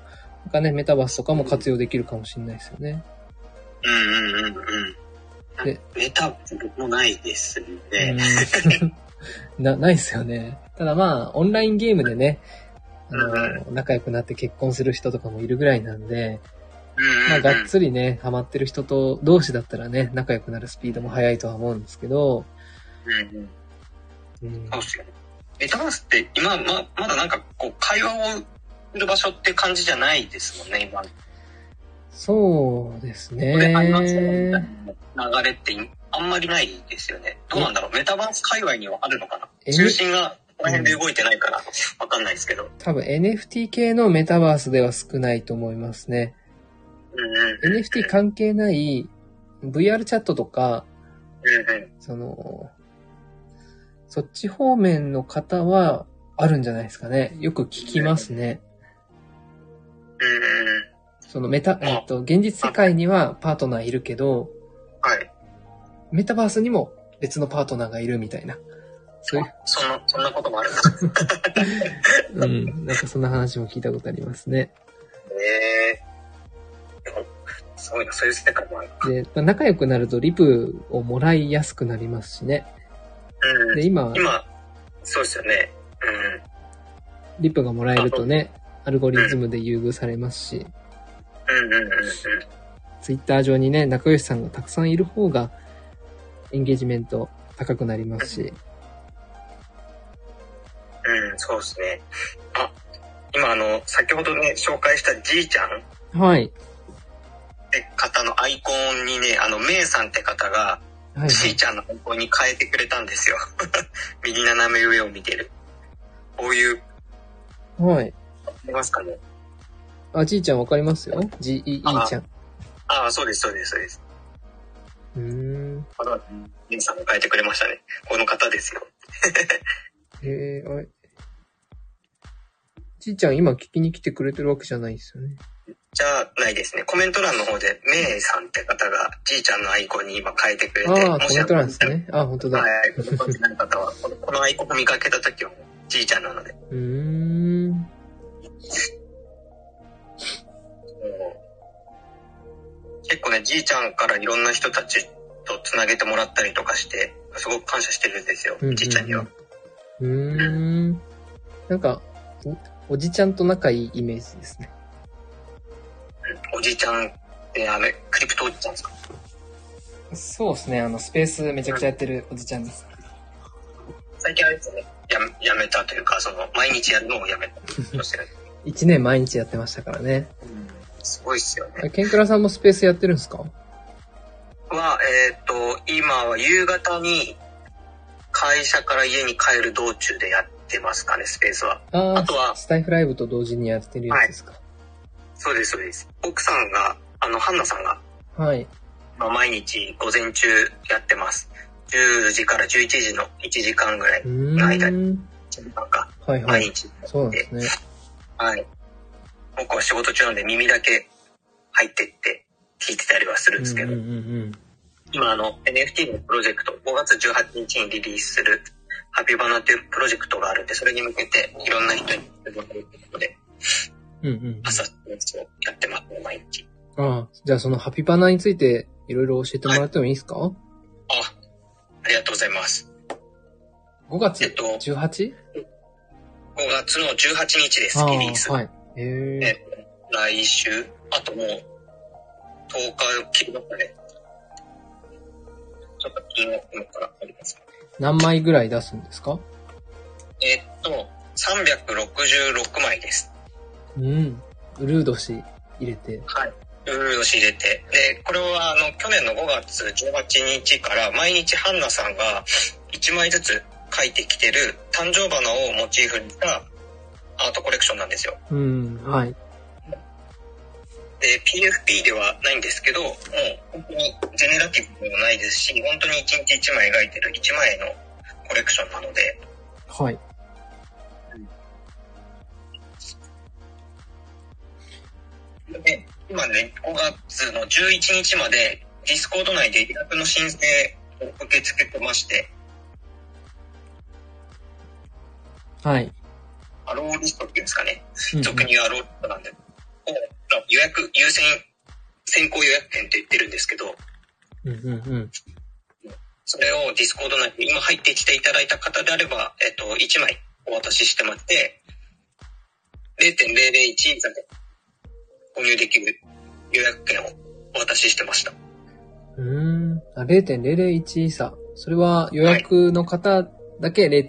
[SPEAKER 1] なんかね、メタバースとかも活用できるかもしれないですよね。
[SPEAKER 2] うんうんうんうん。
[SPEAKER 1] で
[SPEAKER 2] ネタって僕もないですね。
[SPEAKER 1] うん な、ないですよね。ただまあ、オンラインゲームでね、あの、仲良くなって結婚する人とかもいるぐらいなんで、
[SPEAKER 2] うんうんうん
[SPEAKER 1] まあ、がっつりね、ハマってる人と同士だったらね、仲良くなるスピードも速いとは思うんですけど、
[SPEAKER 2] うんうん
[SPEAKER 1] うん
[SPEAKER 2] そうっすよね。メタバースって今、ま、まだなんかこう、会話をする場所って感じじゃないですもんね、今。こ
[SPEAKER 1] そうです
[SPEAKER 2] れありますよね、みたい
[SPEAKER 1] ね。
[SPEAKER 2] な流れってあんまりないですよね。どうなんだろうメタバース界隈にはあるのか
[SPEAKER 1] え
[SPEAKER 2] な中心がこの辺で動いてないから、わかんないですけど。
[SPEAKER 1] 多分 NFT 系のメタバースでは少ないと思いますね。
[SPEAKER 2] うんうん。
[SPEAKER 1] NFT 関係ない VR チャットとか、
[SPEAKER 2] うんうん。
[SPEAKER 1] その、そっち方面の方はあるんじゃないですかね。よく聞きますね。
[SPEAKER 2] うんうん。
[SPEAKER 1] そのメタ、えっと、現実世界にはパートナーいるけど、
[SPEAKER 2] はい。
[SPEAKER 1] メタバースにも別のパートナーがいるみたいな。そういう、
[SPEAKER 2] そんな、そんなこともあるんだ。
[SPEAKER 1] うん。なんかそんな話も聞いたことありますね。
[SPEAKER 2] ええでもすごいな、そういう世界もある。
[SPEAKER 1] で、まあ仲良くなるとリプをもらいやすくなりますしね。
[SPEAKER 2] うんうん
[SPEAKER 1] で、。今、
[SPEAKER 2] 今、そうですよね。うん。
[SPEAKER 1] リプがもらえるとね、アルゴリズムで優遇されますし、
[SPEAKER 2] うんうんうんうん。
[SPEAKER 1] ツイッター上にね、仲良しさんがたくさんいる方が、エンゲージメント高くなりますし、
[SPEAKER 2] うん、そうですね。あ、今あの、先ほどね、紹介したじいちゃんっ
[SPEAKER 1] はい。
[SPEAKER 2] て方のアイコンにね、あの、めいさんって方が、
[SPEAKER 1] はい。
[SPEAKER 2] じいちゃんのアイコンに変えてくれたんですよ。 右斜め上を見てる。こういう、
[SPEAKER 1] はい。
[SPEAKER 2] ありますかね。
[SPEAKER 1] あ、じいちゃんわかりますよ。じい、いいちゃん。
[SPEAKER 2] ああ、そうです、そうです、そうです。
[SPEAKER 1] うーん。
[SPEAKER 2] この、めいさんが変えてくれましたね。この方ですよ。
[SPEAKER 1] へえ、あれ。じいちゃん今聞きに来てくれてるわけじゃないですよね。
[SPEAKER 2] じゃないですね。コメント欄の方で、めいさんって方が、じいちゃんのアイコンに今変えてくれて、
[SPEAKER 1] ああ、
[SPEAKER 2] も
[SPEAKER 1] コ
[SPEAKER 2] し
[SPEAKER 1] メント欄です
[SPEAKER 2] は
[SPEAKER 1] ね。ああ、本当だ。
[SPEAKER 2] い、ご存知ない方は、このこのアイコン見かけた時は、じいちゃんなので、
[SPEAKER 1] うーん。
[SPEAKER 2] 結構ね、じいちゃんからいろんな人たちとつなげてもらったりとかして、すごく感謝してるんですよ、
[SPEAKER 1] うう
[SPEAKER 2] じいちゃんには。。
[SPEAKER 1] うーん。なんか、おおじちゃんと仲いいイメージですね。
[SPEAKER 2] おじいちゃんって、あの、クリプトおじちゃんですか
[SPEAKER 1] そうですね。あの、スペースめちゃくちゃやってるおじちゃんです。
[SPEAKER 2] 最近あれですよね、ややめたというか、その、毎日やるのをやめたとしてる。
[SPEAKER 1] 一年毎日やってましたからね。
[SPEAKER 2] すごいっすよ
[SPEAKER 1] あ
[SPEAKER 2] ね。
[SPEAKER 1] ケンクラさんもスペースやってるんですか
[SPEAKER 2] は、えっ、と、今は夕方に、会社から家に帰る道中でやってますかね、スペースは。
[SPEAKER 1] あ
[SPEAKER 2] あとは
[SPEAKER 1] あ、スタイフライブと同時にやってるやつですか。
[SPEAKER 2] そうです、そうです。奥さんが、あの、ハンナさんが、
[SPEAKER 1] はい。、
[SPEAKER 2] まあ、毎日午前中やってます。10時から11時の1時間ぐらいうはい
[SPEAKER 1] ーん。
[SPEAKER 2] なんか、
[SPEAKER 1] はいは
[SPEAKER 2] 毎
[SPEAKER 1] い。
[SPEAKER 2] 日。
[SPEAKER 1] そうなんですね。
[SPEAKER 2] はい。僕は仕事中なんで耳だけ入ってって聞いてたりはするんですけど、
[SPEAKER 1] うんうんうんうん
[SPEAKER 2] 今あの NFT のプロジェクト、5月18日にリリースするハピバナっていうプロジェクトがあるんで、それに向けていろんな人に手伝ってもらうので、
[SPEAKER 1] うんうん。
[SPEAKER 2] 朝のやつをやってますね、毎日。
[SPEAKER 1] ああ、じゃあそのハピバナについていろいろ教えてもらってもいいですか、
[SPEAKER 2] あ、ありがとうございます。
[SPEAKER 1] ?5
[SPEAKER 2] えっ
[SPEAKER 1] 月
[SPEAKER 2] と、5
[SPEAKER 1] 18?
[SPEAKER 2] 月の18日です、
[SPEAKER 1] ああ
[SPEAKER 2] リリース。
[SPEAKER 1] はい。へえ。
[SPEAKER 2] 来週、あともう10日切りますかね。ちょっと気になってるのからあります。
[SPEAKER 1] 何枚ぐらい出すんですか
[SPEAKER 2] えっと、366枚です。
[SPEAKER 1] うん。うるう年入れて。
[SPEAKER 2] はい。ルールを仕入れて。で、これはあの、去年の5月18日から毎日ハンナさんが1枚ずつ書いてきてる誕生花をモチーフにしたアートコレクションなんですよ。
[SPEAKER 1] うん、はい。
[SPEAKER 2] で、PFP ではないんですけど、もう本当にジェネラティブでもないですし、本当に1日1枚描いてる1枚のコレクションなので、
[SPEAKER 1] はい。
[SPEAKER 2] で今ね、5月の11日までディスコード内で予約の申請を受け付けてまして、
[SPEAKER 1] はい。
[SPEAKER 2] アローリストっていうんですかね。
[SPEAKER 1] うん
[SPEAKER 2] 俗に言うアローリストなんで、こう予約、優先、先行予約券って言ってるんですけど、
[SPEAKER 1] うんうんうん。
[SPEAKER 2] それをディスコード内に今入ってきていただいた方であれば、えっと、1枚お渡ししてもらって、0.001以下で購入できる予約券をお渡ししてました。
[SPEAKER 1] うーん。あ、0.001イーサ。それは予約の方だけ0.001イ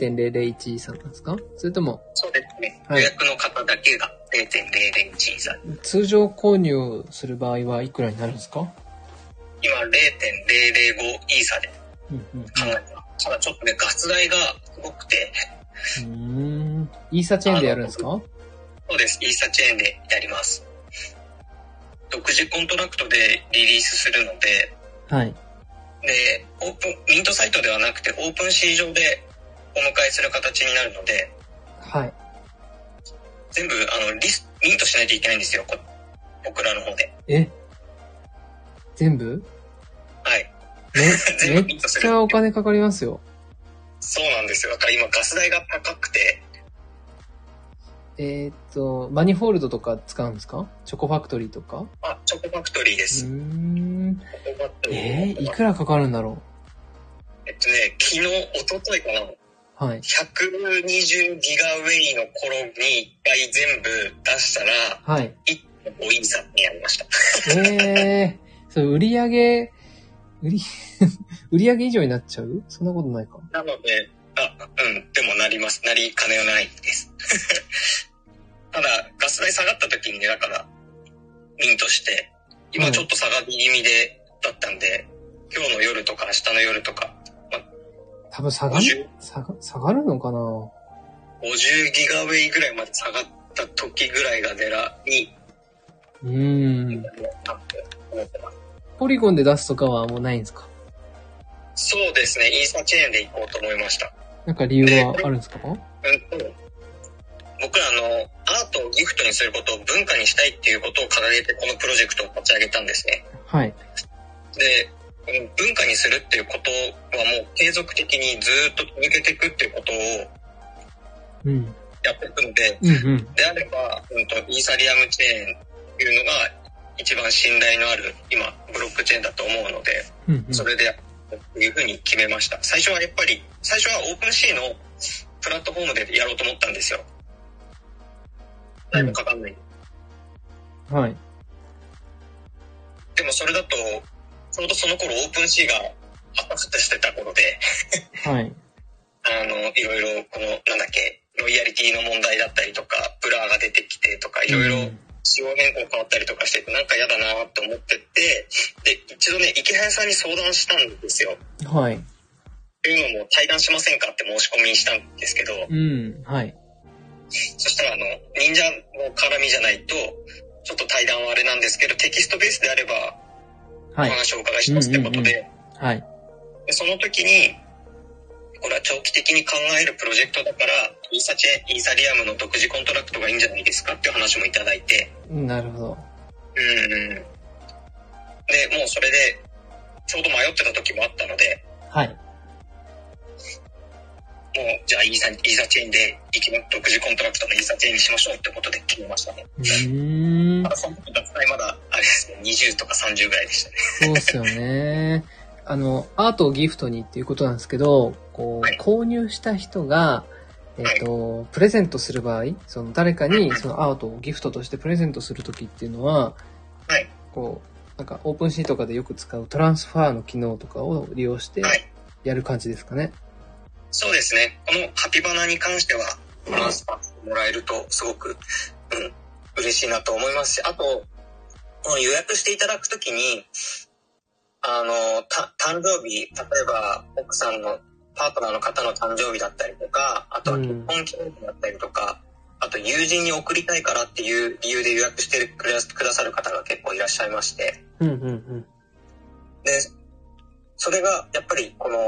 [SPEAKER 1] ーサなんですかそれとも
[SPEAKER 2] そうですね。
[SPEAKER 1] はい
[SPEAKER 2] 予約の方だけが0.001以下。
[SPEAKER 1] 通常購入する場合はいくらになるんですか
[SPEAKER 2] 今0.005以下で
[SPEAKER 1] うんうん
[SPEAKER 2] 考えてます。ただちょっとね、ガス代がすごくて、
[SPEAKER 1] うん。うーん。イーサチェーンでやるんですか
[SPEAKER 2] そうです。イーサチェーンでやります。独自コントラクトでリリースするので、
[SPEAKER 1] はい。
[SPEAKER 2] で、オープン、ミントサイトではなくて、オープンシー上でお迎えする形になるので、
[SPEAKER 1] はい。
[SPEAKER 2] 全部、あの、リス、ミントしないといけないんですよ、こ僕らの方で。
[SPEAKER 1] え全部
[SPEAKER 2] はい。
[SPEAKER 1] めめ
[SPEAKER 2] 全部
[SPEAKER 1] っちゃお金かかりますよ。
[SPEAKER 2] そうなんですよ。だから今、ガス代が高くて、
[SPEAKER 1] えーっと、マニフォールドとか使うんですかチョコファクトリーとか
[SPEAKER 2] あ、チョコファクトリーで
[SPEAKER 1] うー
[SPEAKER 2] す。
[SPEAKER 1] ん。
[SPEAKER 2] チョコファクトリ
[SPEAKER 1] えー、い
[SPEAKER 2] ー
[SPEAKER 1] くらかかるんだろ
[SPEAKER 2] えっとね、昨日、一昨日かな、
[SPEAKER 1] うはい。
[SPEAKER 2] 120ギガウェイの頃に一回全部出したら、
[SPEAKER 1] はい。
[SPEAKER 2] おいさんにやりました。
[SPEAKER 1] ええー、そう、売り上げ、売り、 売り上げ以上になっちゃうそんなことないか。
[SPEAKER 2] なので、あ、うん、でもなります。なりかねないです。 ただ、ガス代下がった時にね、だから、ミントして、今ちょっと下がり気味で、だったんで、今日の夜とか明日の夜とか、
[SPEAKER 1] 多分下がる、
[SPEAKER 2] 50、
[SPEAKER 1] 下が、下がるのかな
[SPEAKER 2] 50ギガウェイぐらいまで下がった時ぐらいが狙い、
[SPEAKER 1] うーん。
[SPEAKER 2] だって思ってます。
[SPEAKER 1] ポリゴンで出すとかはもうないんですか
[SPEAKER 2] そうですね、イーサチェーンで行こうと思いました。
[SPEAKER 1] なんか理由はあるんですか
[SPEAKER 2] うんと、僕らあの、アートをギフトにすることを文化にしたいっていうことを掲げて、このプロジェクトを立ち上げたんですね。
[SPEAKER 1] はい。
[SPEAKER 2] で、うん文化にするっていうことはもう継続的にずーっと続けていくっていうことを
[SPEAKER 1] うん。
[SPEAKER 2] やっていくので、
[SPEAKER 1] うんうん。
[SPEAKER 2] であれば、うんと、イーサリアムチェーンっていうのが一番信頼のある今、ブロックチェーンだと思うので、
[SPEAKER 1] うんうん。
[SPEAKER 2] それでやろうっていうふうに決めました。最初はやっぱり、最初はオープンシーのプラットフォームでやろうと思ったんですよ。だいぶかかんない。
[SPEAKER 1] はい。
[SPEAKER 2] でもそれだと、ちょうどその頃オープンシーが発達してた頃で、
[SPEAKER 1] はい。
[SPEAKER 2] あの、いろいろ、この、なんだっけ、ロイヤリティの問題だったりとか、ブラーが出てきてとか、いろいろ仕様変更変わったりとかしてて、なんか嫌だなと思ってて、で、一度ね、池原さんに相談したんですよ。
[SPEAKER 1] うん。はい。
[SPEAKER 2] というのも、対談しませんかって申し込みにしたんですけど、
[SPEAKER 1] うん。はい。
[SPEAKER 2] そしたら、あの、忍者の絡みじゃないと、ちょっと対談はあれなんですけど、テキストベースであれば、お
[SPEAKER 1] はい。
[SPEAKER 2] 話をお伺いしますってことで、
[SPEAKER 1] うんうんはい。
[SPEAKER 2] でその時に、これは長期的に考えるプロジェクトだから、イーサチェ、イーサリアムの独自コントラクトがいいんじゃないですかっていう話もいただいて、
[SPEAKER 1] なるほど。
[SPEAKER 2] うんうん。で、もうそれで、ちょうど迷ってた時もあったので、
[SPEAKER 1] はい。
[SPEAKER 2] もう、じゃあイーサ、イーサチェーンで行きま、独自コントラクトのイーサチェーンにしましょうってことで決めましたね。
[SPEAKER 1] うーん
[SPEAKER 2] た。だ、その時、脱退まだ、あれですね、20とか30ぐらいでしたね。
[SPEAKER 1] そうっすよね。あの、アートをギフトにっていうことなんですけど、こ、
[SPEAKER 2] はいう
[SPEAKER 1] 購入した人が、えっ、と、プレゼントする場合、その誰かにそのアートをギフトとしてプレゼントするときっていうのは、
[SPEAKER 2] はい。
[SPEAKER 1] こう、なんかオープンシーとかでよく使うトランスファーの機能とかを利用して
[SPEAKER 2] はい。
[SPEAKER 1] やる感じですかね。
[SPEAKER 2] そうですね。このハピバナに関しては、トランスパーもらえると、すごく、うん、嬉しいなと思いますし、あと、この予約していただくときに、あの、た、誕生日、例えば、奥さんの、パートナーの方の誕生日だったりとか、あとは
[SPEAKER 1] うん
[SPEAKER 2] 結婚記念日だったりとか、あと友人に送りたいからっていう理由で予約してくだくださる方が結構いらっしゃいまして、
[SPEAKER 1] うんうんうん。
[SPEAKER 2] で、それがやっぱりこの、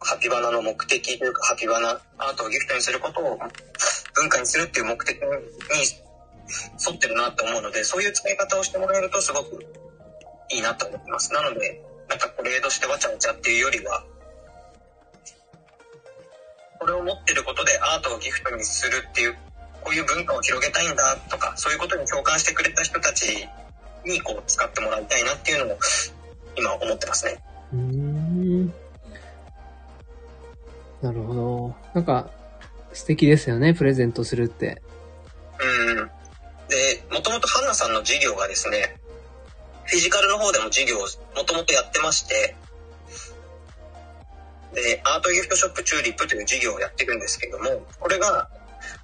[SPEAKER 2] ハピバナの目的というか、ハピバナ、アートをギフトにすることを文化にするっていう目的に沿ってるなと思うので、そういう使い方をしてもらえるとすごくいいなと思います。なので、なんかこれとしてわちゃわちゃっていうよりは、これを持ってることでアートをギフトにするっていう、こういう文化を広げたいんだとか、そういうことに共感してくれた人たちにこう使ってもらいたいなっていうのも今思ってますね。
[SPEAKER 1] うーんなるほど。なんか、素敵ですよね、プレゼントするって。
[SPEAKER 2] うん。で、もともとハンナさんの授業がですね、フィジカルの方でも授業をもともとやってまして、で、アートギフトショップチューリップという授業をやってるんですけども、これが、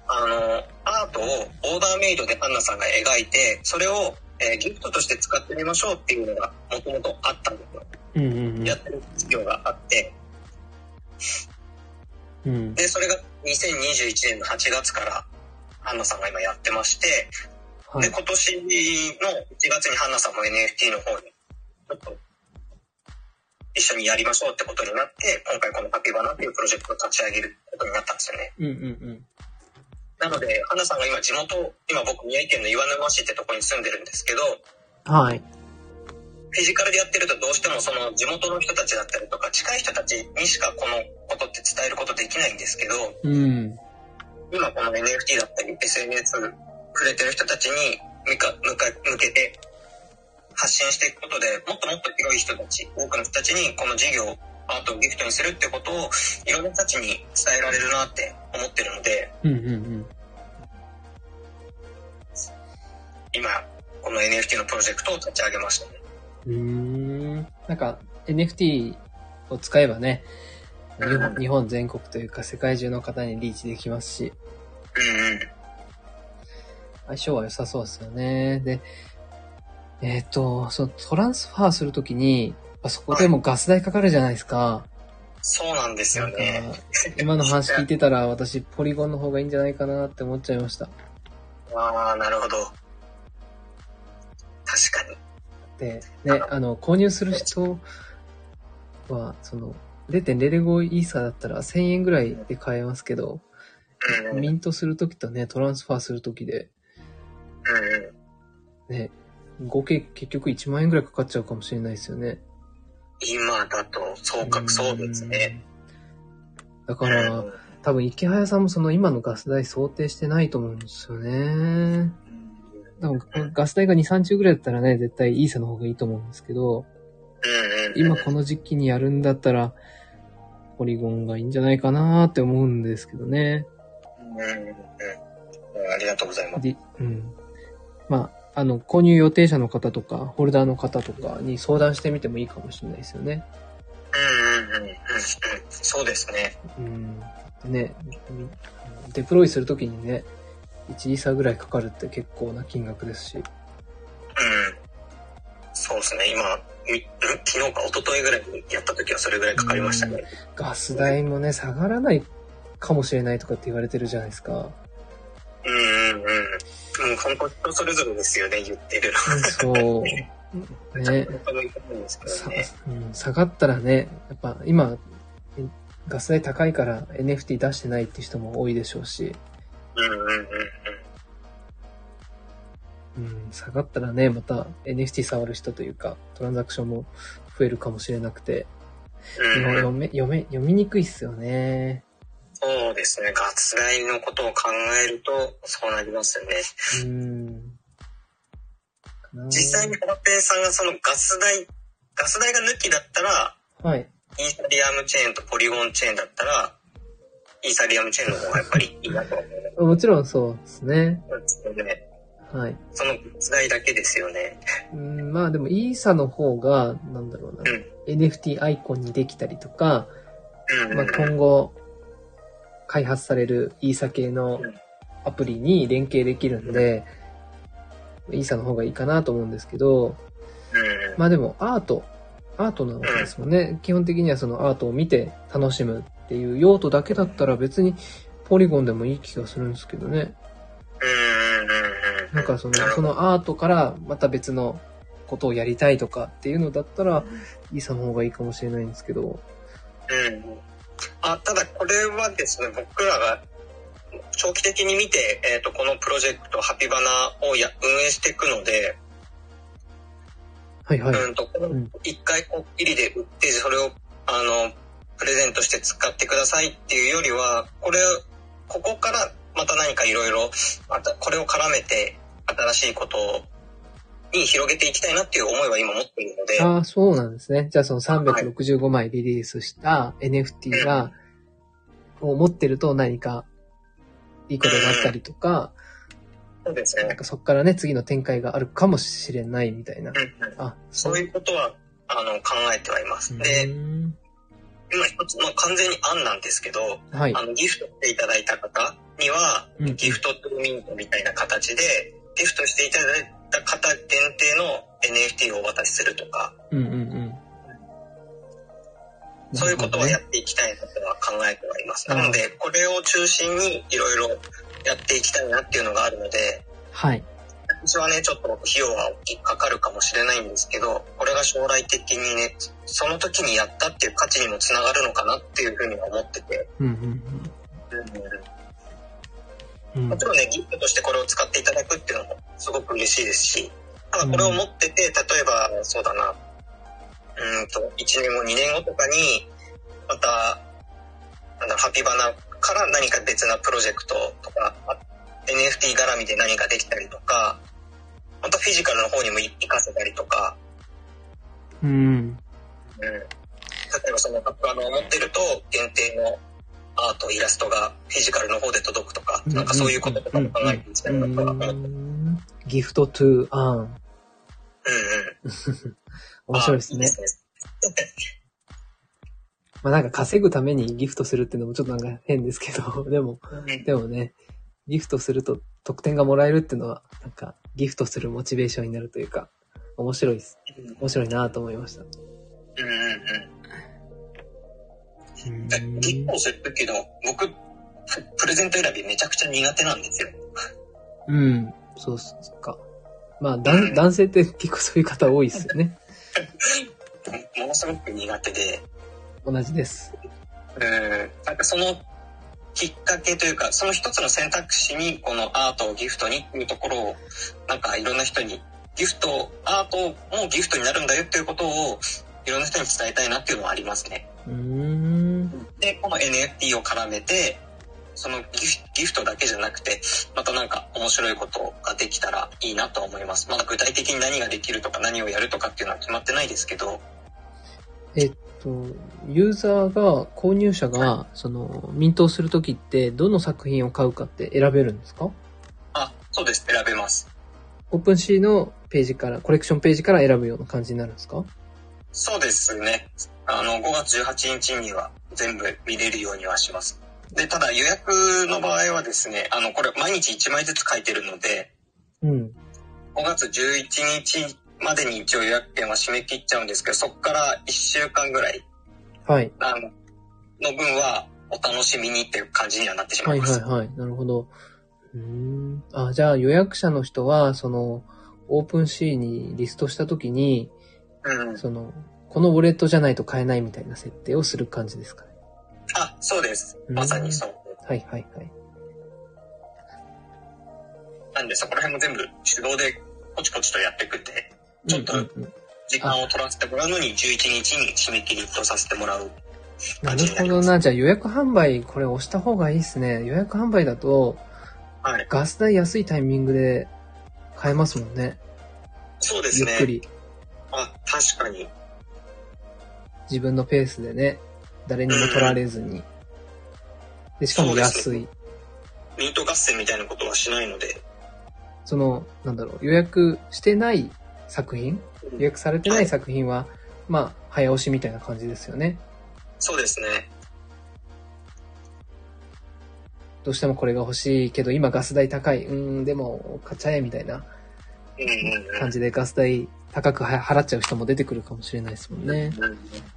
[SPEAKER 2] あの、アートをオーダーメイドでハンナさんが描いて、それを、えーギフトとして使ってみましょうっていうのがもともとあったんですよ。
[SPEAKER 1] うんうん
[SPEAKER 2] やってる授業があって、
[SPEAKER 1] うん。うん。
[SPEAKER 2] で、それが2021年の8月から、ハンナさんが今やってまして、
[SPEAKER 1] はい
[SPEAKER 2] で、。今年の1月にハンナさんも NFT の方に、ちょっと、一緒にやりましょうってことになって、今回このハピバナっていうプロジェクトを立ち上げることになったんですよね。
[SPEAKER 1] うんうん
[SPEAKER 2] なので、ハンナさんが今地元、今僕宮城県の岩沼市ってとこに住んでるんですけど、
[SPEAKER 1] うん。はい。
[SPEAKER 2] フィジカルでやってるとどうしてもその地元の人たちだったりとか、近い人たちにしかこのことって伝えることできないんですけど、
[SPEAKER 1] うん。
[SPEAKER 2] 今この NFT だったり SNS 触れてる人たちに向か向か向けて発信していくことでもっともっと広い人たち多くの人たちにこの事業アートをギフトにするってことをいろんな人たちに伝えられるなって思ってるので
[SPEAKER 1] うんうんうん。
[SPEAKER 2] 今この NFT のプロジェクトを立ち上げましたね
[SPEAKER 1] うーん。なんか NFT を使えばね、日本日本全国というか世界中の方にリーチできますし、
[SPEAKER 2] うんうん
[SPEAKER 1] 相性は良さそうですよね。で、えっ、と、そのトランスファーするときに、やっぱそこでもガス代かかるじゃないですか。
[SPEAKER 2] そうなんです
[SPEAKER 1] な
[SPEAKER 2] よ
[SPEAKER 1] んか
[SPEAKER 2] ね、
[SPEAKER 1] 今の話聞いてたら私ポリゴンの方がいいんじゃないかなって思っちゃいました。
[SPEAKER 2] ああなるほど確かに
[SPEAKER 1] で、ね、あの、購入する人は、その、0.005イーサだったら1000円ぐらいで買えますけど、
[SPEAKER 2] うんうんうん
[SPEAKER 1] ミントするときとね、トランスファーするときで、
[SPEAKER 2] うん
[SPEAKER 1] ね、合計結局1万円ぐらいかかっちゃうかもしれないですよね。
[SPEAKER 2] 今だとそうかそうですね
[SPEAKER 1] うん。だから、多分池早さんもその今のガス代想定してないと思うんですよね。多分ガス代が2、3中ぐらいだったらね、絶対イーサの方がいいと思うんですけど、
[SPEAKER 2] うんうん
[SPEAKER 1] 今この時期にやるんだったら、ポリゴンがいいんじゃないかなーって思うんですけどね。
[SPEAKER 2] うんうんうんありがとうございます。
[SPEAKER 1] で、うん。まあ、あの、購入予定者の方とか、ホルダーの方とかに相談してみてもいいかもしれないですよね。
[SPEAKER 2] うんうんうんうんうん。そうですね。
[SPEAKER 1] うん。ね、デプロイするときにね、1、2差ぐらいかかるって結構な金額ですし。
[SPEAKER 2] うん。そうですね。今、み昨日か一昨日ぐらいにやった時はそれぐらいかかりましたね。
[SPEAKER 1] ガス代もね、下がらないかもしれないとかって言われてるじゃないですか。
[SPEAKER 2] うんうんうん。もう本当人それぞれですよね、言ってる
[SPEAKER 1] そう。
[SPEAKER 2] の。
[SPEAKER 1] ね。
[SPEAKER 2] 他の人もいいですけど
[SPEAKER 1] さ
[SPEAKER 2] ね。
[SPEAKER 1] うん、下がったらね、やっぱ今、えガス代高いから NFT 出してないって人も多いでしょうし、
[SPEAKER 2] うんうんうんうん。
[SPEAKER 1] うん、下がったらね、また NFT 触る人というか、トランザクションも増えるかもしれなくて、
[SPEAKER 2] うんうん
[SPEAKER 1] 読め、読め、読みにくいっすよね。
[SPEAKER 2] そうですね。月外のことを考えると、そうなりますよね。
[SPEAKER 1] うん。かな
[SPEAKER 2] 実際にホラペイさんがそのガス代、ガス代が抜きだったら、
[SPEAKER 1] はい。
[SPEAKER 2] イーサリアムチェーンとポリゴンチェーンだったら、イーサリアムチェーンの方がやっぱりいいなと思い
[SPEAKER 1] もちろんそうですね。
[SPEAKER 2] ますよね。
[SPEAKER 1] はい。
[SPEAKER 2] そのガス代だけですよね。
[SPEAKER 1] うん、まあでも、イーサの方が、なんだろうな、NFT アイコンにできたりとか、
[SPEAKER 2] うん。
[SPEAKER 1] まあ、今後、開発されるイーサ系のアプリに連携できるんで、イーサの方がいいかなと思うんですけど、
[SPEAKER 2] うん。
[SPEAKER 1] まあでもアート、アートなわけですもんね。基本的にはそのアートを見て楽しむっていう用途だけだったら別にポリゴンでもいい気がするんですけどね。
[SPEAKER 2] うんうんうんうん。
[SPEAKER 1] なんかその
[SPEAKER 2] な、る
[SPEAKER 1] そ
[SPEAKER 2] ほど
[SPEAKER 1] のアートからまた別のことをやりたいとかっていうのだったら、イーサの方がいいかもしれないんですけど。
[SPEAKER 2] うん。あ、ただこれはですね、僕らが長期的に見て、えっ、と、このプロジェクト、ハピバナをや運営していくので、
[SPEAKER 1] はいはい。
[SPEAKER 2] うんと、この
[SPEAKER 1] うん
[SPEAKER 2] 一回こっきりで売って、それを、あの、プレゼントして使ってくださいっていうよりは、これ、ここからまた何かいろいろ、またこれを絡めて、新しいことに広げていきたいなっていう思いは今持っているので、
[SPEAKER 1] ああ、そうなんですね。じゃあその365枚リリースした NFT が、を持ってると何かいいことがあったりとか、
[SPEAKER 2] そうです
[SPEAKER 1] なん
[SPEAKER 2] ね。
[SPEAKER 1] かそこからね、次の展開があるかもしれないみたいな。
[SPEAKER 2] うん
[SPEAKER 1] あ、
[SPEAKER 2] そういうことは、あの、考えてはいます。で、
[SPEAKER 1] うーん
[SPEAKER 2] 今一つの完全に案なんですけど、
[SPEAKER 1] はい。
[SPEAKER 2] あの、ギフトしていただいた方には、
[SPEAKER 1] うん
[SPEAKER 2] ギフトトゥーミントみたいな形で、ギフトしていただいた方限定の NFT をお渡しするとか、
[SPEAKER 1] うんうんうん。
[SPEAKER 2] そういうことは
[SPEAKER 1] な
[SPEAKER 2] や
[SPEAKER 1] る
[SPEAKER 2] っていきたいなとは考えてはいます。
[SPEAKER 1] うん
[SPEAKER 2] なので、これを中心にいろいろやっていきたいなっていうのがあるので、
[SPEAKER 1] ほどねはい。
[SPEAKER 2] 私はね、ちょっと費用は大きくかかるかもしれないんですけど、これが将来的にね、その時にやったっていう価値にもつながるのかなっていうふうには思ってて、
[SPEAKER 1] うんうんうん。う
[SPEAKER 2] も
[SPEAKER 1] ん
[SPEAKER 2] ちろんね、ギフトとしてこれを使っていただくっていうのもすごく嬉しいですし、ただこれを持ってて、例えば、そうだな、うーんと、1年後、2年後とかに、また、なんだろう、ハピバナから何か別なプロジェクトとか、あ NFT 絡みで何かできたりとか、またフィジカルの方にも行かせたりとか、
[SPEAKER 1] うん。
[SPEAKER 2] うん、例えばそのハピバナを持ってると、限定のアート、イラストがフィジカルの方で届くとか、なんかそういうこととかも考えていきたいなとは思って
[SPEAKER 1] うんギフトトゥーアン。
[SPEAKER 2] うんうん。
[SPEAKER 1] 面白いですね
[SPEAKER 2] あ。いいです
[SPEAKER 1] まあなんか稼ぐためにギフトするっていうのもちょっとなんか変ですけど、 でも、
[SPEAKER 2] ね
[SPEAKER 1] でもね、ギフトすると得点がもらえるっていうのは、なんかギフトするモチベーションになるというか、面白いです。
[SPEAKER 2] うん
[SPEAKER 1] 面白いなと思いました。
[SPEAKER 2] うんうんうん。結構するけど、僕、ププレゼント選びめちゃくちゃ苦手なんですよ。
[SPEAKER 1] うん、そうっすか。まあ、 男男性って結構そういう方多いですよね。
[SPEAKER 2] ものすごく苦手で。
[SPEAKER 1] 同じです。
[SPEAKER 2] うん。なんかそのきっかけというか、その一つの選択肢に、このアートをギフトにっていうところを、なんかいろんな人に、ギフトを、アートもギフトになるんだよっていうことを、いろんな人に伝えたいなっていうのはありますね。
[SPEAKER 1] うーん。
[SPEAKER 2] で、この NFT を絡めて、そのギフギフトだけじゃなくて、またなんか面白いことができたらいいなと思います。まだ具体的に何ができるとか何をやるとかっていうのは決まってないですけど、
[SPEAKER 1] えっと、ユーザーが、購入者が、その、民投するときって、どの作品を買うかって選べるんですか
[SPEAKER 2] あ、そうです。選べます。
[SPEAKER 1] オープンシーのページから、コレクションページから選ぶような感じになるんですか
[SPEAKER 2] そうですね。あの、5月18日には全部見れるようにはします。で、ただ予約の場合はですね、あの、これ毎日1枚ずつ書いてるので、
[SPEAKER 1] うん。
[SPEAKER 2] 5月11日までに一応予約券は締め切っちゃうんですけど、そこから1週間ぐらい
[SPEAKER 1] はい。
[SPEAKER 2] あの、の分はお楽しみにっていう感じにはなってしま
[SPEAKER 1] はいい
[SPEAKER 2] ま
[SPEAKER 1] は
[SPEAKER 2] す。
[SPEAKER 1] いはい。なるほど。うーん。あ、じゃあ予約者の人は、その、オープンシーにリストしたときに、
[SPEAKER 2] うん。
[SPEAKER 1] その、このウォレットじゃないと買えないみたいな設定をする感じですかね。
[SPEAKER 2] あ、そうです。まさにそう。
[SPEAKER 1] はいはいはい。
[SPEAKER 2] なんでそこら辺も全部手動でポチポチとやっていくって、ちょっと
[SPEAKER 1] うんうんうん
[SPEAKER 2] 時間を取らせてもらうのに11日に締め切りとさせてもらう
[SPEAKER 1] な
[SPEAKER 2] 感
[SPEAKER 1] る
[SPEAKER 2] じにな
[SPEAKER 1] ほ
[SPEAKER 2] り
[SPEAKER 1] ど
[SPEAKER 2] ます。
[SPEAKER 1] な。じゃあ予約販売、これ押した方がいいですね。予約販売だと、
[SPEAKER 2] はい。
[SPEAKER 1] ガス代安いタイミングで買えますもんね。
[SPEAKER 2] そうです
[SPEAKER 1] ゆっく
[SPEAKER 2] ね。
[SPEAKER 1] り。
[SPEAKER 2] あ、確かに。
[SPEAKER 1] 自分のペースでね。誰にも取られずに。で、しかも
[SPEAKER 2] そう
[SPEAKER 1] 安
[SPEAKER 2] です
[SPEAKER 1] い。
[SPEAKER 2] ミート合戦みたいなことはしないので。
[SPEAKER 1] その、なんだろう、予約してない作品予約されてな
[SPEAKER 2] はいい
[SPEAKER 1] 作品は、まあ、早押しみたいな感じですよね。
[SPEAKER 2] そうですね。
[SPEAKER 1] どうしてもこれが欲しいけど、今ガス代高い。うーん、でも、買っちゃえ、みたいな
[SPEAKER 2] うんうんうん
[SPEAKER 1] 感じでガス代高くは払っちゃう人も出てくるかもしれないですもんね。
[SPEAKER 2] うん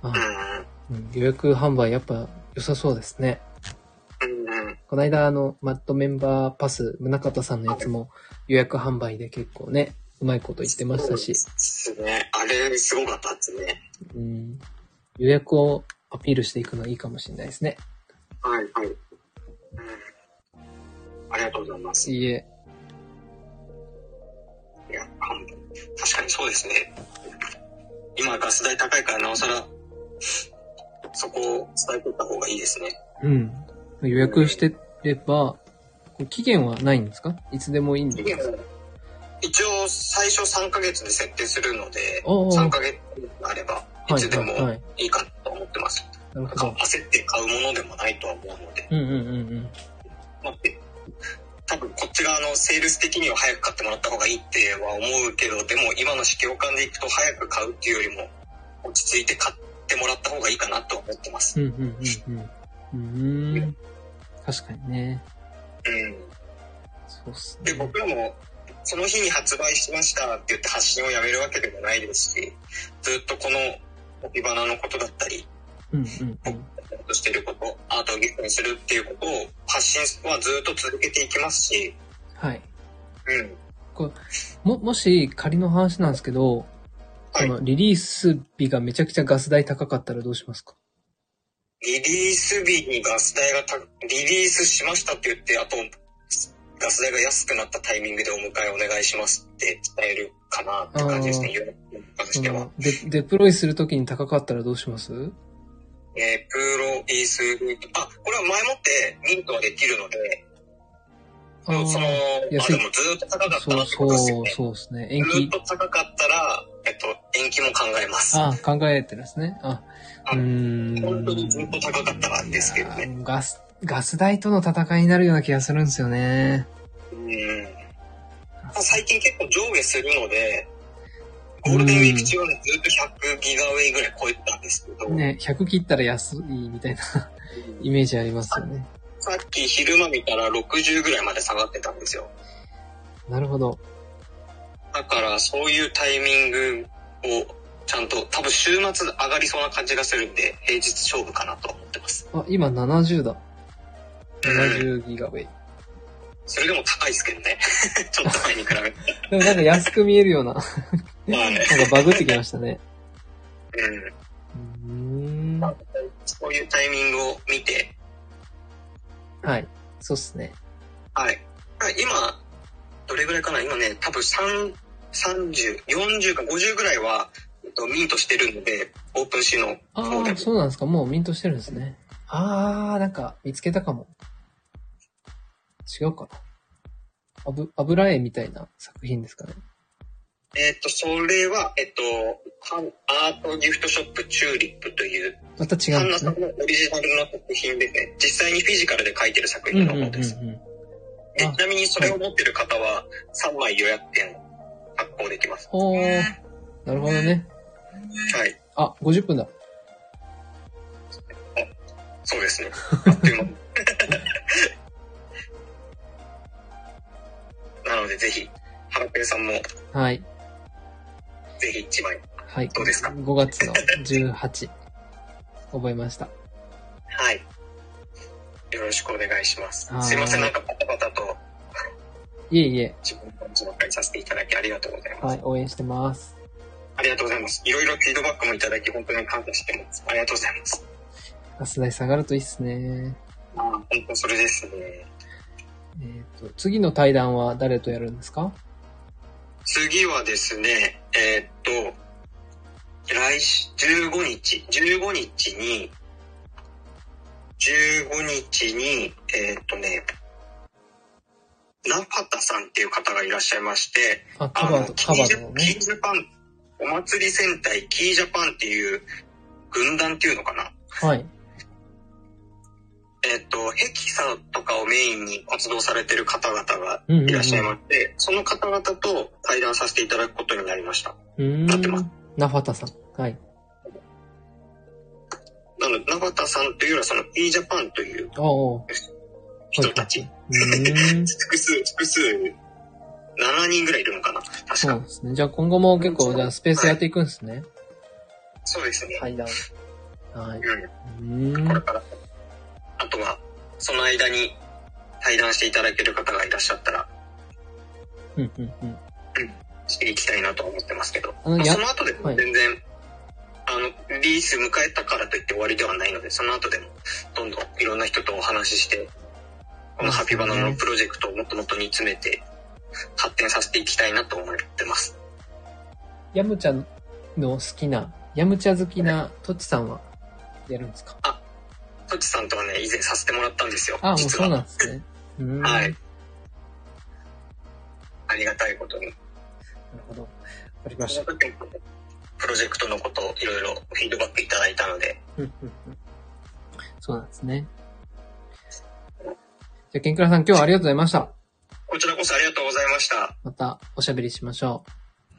[SPEAKER 1] あ
[SPEAKER 2] うん
[SPEAKER 1] うん予約販売やっぱ良さそうですね。
[SPEAKER 2] うんうんうん
[SPEAKER 1] この間あの、マッドメンバーパス、宗像さんのやつも予約販売で結構ね、うまいこと言ってましたし、
[SPEAKER 2] そうですね。あれ、すごかったですね。
[SPEAKER 1] うん、予約をアピールしていくのいいかもしれないですね。
[SPEAKER 2] はい、はい。うんありがとうございます。い
[SPEAKER 1] いいえ、
[SPEAKER 2] や、あの確かにそうですね。今、ガス代高いから、なおさら、そこを伝えておいた方がいいですね。
[SPEAKER 1] うん。予約してれば、こう期限はないんですかいつでもいいんですか
[SPEAKER 2] 一応、最初3ヶ月で設定するので、
[SPEAKER 1] おうおう
[SPEAKER 2] 3ヶ月あれば、いつでも
[SPEAKER 1] はいはいはい
[SPEAKER 2] いいかと思ってます。
[SPEAKER 1] なる
[SPEAKER 2] な
[SPEAKER 1] ほ
[SPEAKER 2] んか
[SPEAKER 1] ど。
[SPEAKER 2] 焦って買うものでもないとは思うので。
[SPEAKER 1] うんうんうん
[SPEAKER 2] まあで多分こっち側のセールス的には早く買ってもらった方がいいっては思うけどでも今の市況感でいくと早く買うっていうよりも落ち着いて買ってもらった方がいいかなとは思ってま
[SPEAKER 1] う
[SPEAKER 2] す
[SPEAKER 1] ん。うんうんうんうん。うーん。確かにね。
[SPEAKER 2] うん、
[SPEAKER 1] そうっす
[SPEAKER 2] で
[SPEAKER 1] ね。
[SPEAKER 2] 僕らもその日に発売しましたって言って発信をやめるわけでもないですしずっとこの置き花のことだったり
[SPEAKER 1] うんうんうん。
[SPEAKER 2] してることアートをギフトにするっていうことを発信はずっと続けていきますし、
[SPEAKER 1] はい。
[SPEAKER 2] うん、
[SPEAKER 1] も、もし仮の話なんですけど、
[SPEAKER 2] はい
[SPEAKER 1] そのリリース日がめちゃくちゃガス代高かったらどうしますか
[SPEAKER 2] リリース日にガス代がた、リリースしましたって言って、あと、ガス代が安くなったタイミングでお迎えお願いしますって伝えるかなって感じですね、世の中とし
[SPEAKER 1] そ
[SPEAKER 2] ては
[SPEAKER 1] の。デデプロイするときに高かったらどうします
[SPEAKER 2] えープロイース日あ、これは前もってミントはできるので、
[SPEAKER 1] あー
[SPEAKER 2] その、あ、
[SPEAKER 1] 安い
[SPEAKER 2] でもずーっと高かった
[SPEAKER 1] そ
[SPEAKER 2] な
[SPEAKER 1] う
[SPEAKER 2] ってことですよ
[SPEAKER 1] そう、
[SPEAKER 2] ね。
[SPEAKER 1] そうですね。延
[SPEAKER 2] ずー
[SPEAKER 1] 期。
[SPEAKER 2] っと高かったら、えっと、延期も考えます。
[SPEAKER 1] あ考えてるんですね。あ、うーん。
[SPEAKER 2] 本当にずっと高かったらですけどね
[SPEAKER 1] いやーガス、ガス代との戦いになるような気がするんですよね。
[SPEAKER 2] うん最近結構上下するので、ゴールデンウィーク中はねずっと100ギガウェイぐらい超えてたんですけど、
[SPEAKER 1] ね、100切ったら安いみたいなイメージありますよね。
[SPEAKER 2] さっき昼間見たら60ぐらいまで下がってたんですよ。
[SPEAKER 1] なるほど。
[SPEAKER 2] だからそういうタイミングをちゃんと、多分週末上がりそうな感じがするんで、平日勝負かなと思ってます。
[SPEAKER 1] あ、今70だ。
[SPEAKER 2] うん、
[SPEAKER 1] 70ギガウェイ。
[SPEAKER 2] それでも高いですけどね。 ちょっと前に比べて。
[SPEAKER 1] でもなんか安く見えるような。なんか
[SPEAKER 2] まあね。
[SPEAKER 1] バグってきましたね。
[SPEAKER 2] うん
[SPEAKER 1] うーん。は
[SPEAKER 2] そういうタイミングを見て、
[SPEAKER 1] い。そうっすね。
[SPEAKER 2] はい。今、どれぐらいかな今ね、多分3、30、40か50ぐらいは、えっとミントしてるので、オープンシーの
[SPEAKER 1] あ
[SPEAKER 2] 方で
[SPEAKER 1] あ、
[SPEAKER 2] も。
[SPEAKER 1] そうなんですか。もうミントしてるんですね。ああ、なんか見つけたかも。違うかな。あぶ、油絵みたいな作品ですかね。
[SPEAKER 2] えっと、それは、えっと、ハンアートギフトショップチューリップという、
[SPEAKER 1] また違
[SPEAKER 2] ハ
[SPEAKER 1] う
[SPEAKER 2] ン
[SPEAKER 1] んで
[SPEAKER 2] ナ
[SPEAKER 1] す
[SPEAKER 2] さ
[SPEAKER 1] ね
[SPEAKER 2] ん。のオリジナルの作品でね、実際にフィジカルで描いてる作
[SPEAKER 1] うんう
[SPEAKER 2] 品
[SPEAKER 1] ん
[SPEAKER 2] の
[SPEAKER 1] うんう
[SPEAKER 2] 方です。
[SPEAKER 1] ん。
[SPEAKER 2] で
[SPEAKER 1] あ
[SPEAKER 2] ちなみにそれを持ってる方は、3枚予約券発行できます。
[SPEAKER 1] おー、なるほどね。
[SPEAKER 2] はい。
[SPEAKER 1] あ、50分だ。
[SPEAKER 2] そうで すね。あっという間。なので、ぜひ、ハラペンさんも、
[SPEAKER 1] はい。
[SPEAKER 2] ぜひ一枚。
[SPEAKER 1] はい。
[SPEAKER 2] どうですか
[SPEAKER 1] ?5 月の18。覚えました。
[SPEAKER 2] はい。よろしくお願いします
[SPEAKER 1] は。い
[SPEAKER 2] すいません、なんかバタバタと
[SPEAKER 1] いえいえ。
[SPEAKER 2] 自分の紹介させていただきありがとうございます。
[SPEAKER 1] はい。応援してます。
[SPEAKER 2] ありがとうございます。いろいろフィードバックもいただき、本当に感謝してます。ありがとうございます。
[SPEAKER 1] ガス代下がるといいっすね。
[SPEAKER 2] あー本当それですね。
[SPEAKER 1] えっ、と、次の対談は誰とやるんですか
[SPEAKER 2] 次はですね、えーっと、来週、15日、15日に、15日に、えーっとね、ナパタさんっていう方がいらっしゃいまして、
[SPEAKER 1] あ、カ
[SPEAKER 2] あ
[SPEAKER 1] バ
[SPEAKER 2] の
[SPEAKER 1] ーと、
[SPEAKER 2] キ
[SPEAKER 1] カバ
[SPEAKER 2] ージ
[SPEAKER 1] ー
[SPEAKER 2] ャ
[SPEAKER 1] の
[SPEAKER 2] キ
[SPEAKER 1] ね
[SPEAKER 2] ー。ジャパン、お祭り戦隊キージャパンっていう軍団っていうのかな。
[SPEAKER 1] はい。
[SPEAKER 2] えっと、ヘキさんとかをメインに活動されてる方々が
[SPEAKER 1] うんうん、うん。
[SPEAKER 2] いらっしゃいまして、その方々と対談させていただくことになりました。
[SPEAKER 1] う
[SPEAKER 2] なってま
[SPEAKER 1] ー
[SPEAKER 2] す
[SPEAKER 1] ん。ナファタさん。はい。
[SPEAKER 2] なので、永田さんというよりはその e ジャパンという
[SPEAKER 1] おお。はい
[SPEAKER 2] 人たち、。
[SPEAKER 1] うーん。
[SPEAKER 2] 複数、複数、7人ぐらいいるのかな確
[SPEAKER 1] そう
[SPEAKER 2] か。
[SPEAKER 1] ですね。じゃあ今後も結構、じゃあスペースやっていくんですね。
[SPEAKER 2] そうですね。
[SPEAKER 1] 対談。はい。う
[SPEAKER 2] うん。
[SPEAKER 1] ー
[SPEAKER 2] これ
[SPEAKER 1] ん。
[SPEAKER 2] から。あとは、その間に対談していただける方がいらっしゃったら、
[SPEAKER 1] うん、うん、うん。
[SPEAKER 2] していきたいなとは思ってますけど、
[SPEAKER 1] あの
[SPEAKER 2] まあ
[SPEAKER 1] や
[SPEAKER 2] その後でも
[SPEAKER 1] はい
[SPEAKER 2] 全然、あの、リリース迎えたからといって終わりではないので、その後でもどんどんいろんな人とお話しして、このハピバナのプロジェクトをもっともっと煮詰めて、発展させていきたいなと思ってます。
[SPEAKER 1] ヤムチャの好きな、ヤムチャ好きなトチさんはやるんですか
[SPEAKER 2] とちさんとはね、以前させてもらったんですよ。
[SPEAKER 1] あ、もう
[SPEAKER 2] 実
[SPEAKER 1] そう
[SPEAKER 2] は。
[SPEAKER 1] なんですね。うーん。
[SPEAKER 2] はい
[SPEAKER 1] な
[SPEAKER 2] ありがたいことに。
[SPEAKER 1] るほど。わかりまし
[SPEAKER 2] そ
[SPEAKER 1] た
[SPEAKER 2] の。時もプロジェクトのことをいろいろフィードバックいただいたので、
[SPEAKER 1] うんうんうんそうなんですね。じゃあ、ケンクラさん今日はありがとうございました。
[SPEAKER 2] こちらこそありがとうございました。
[SPEAKER 1] またおしゃべりしましょ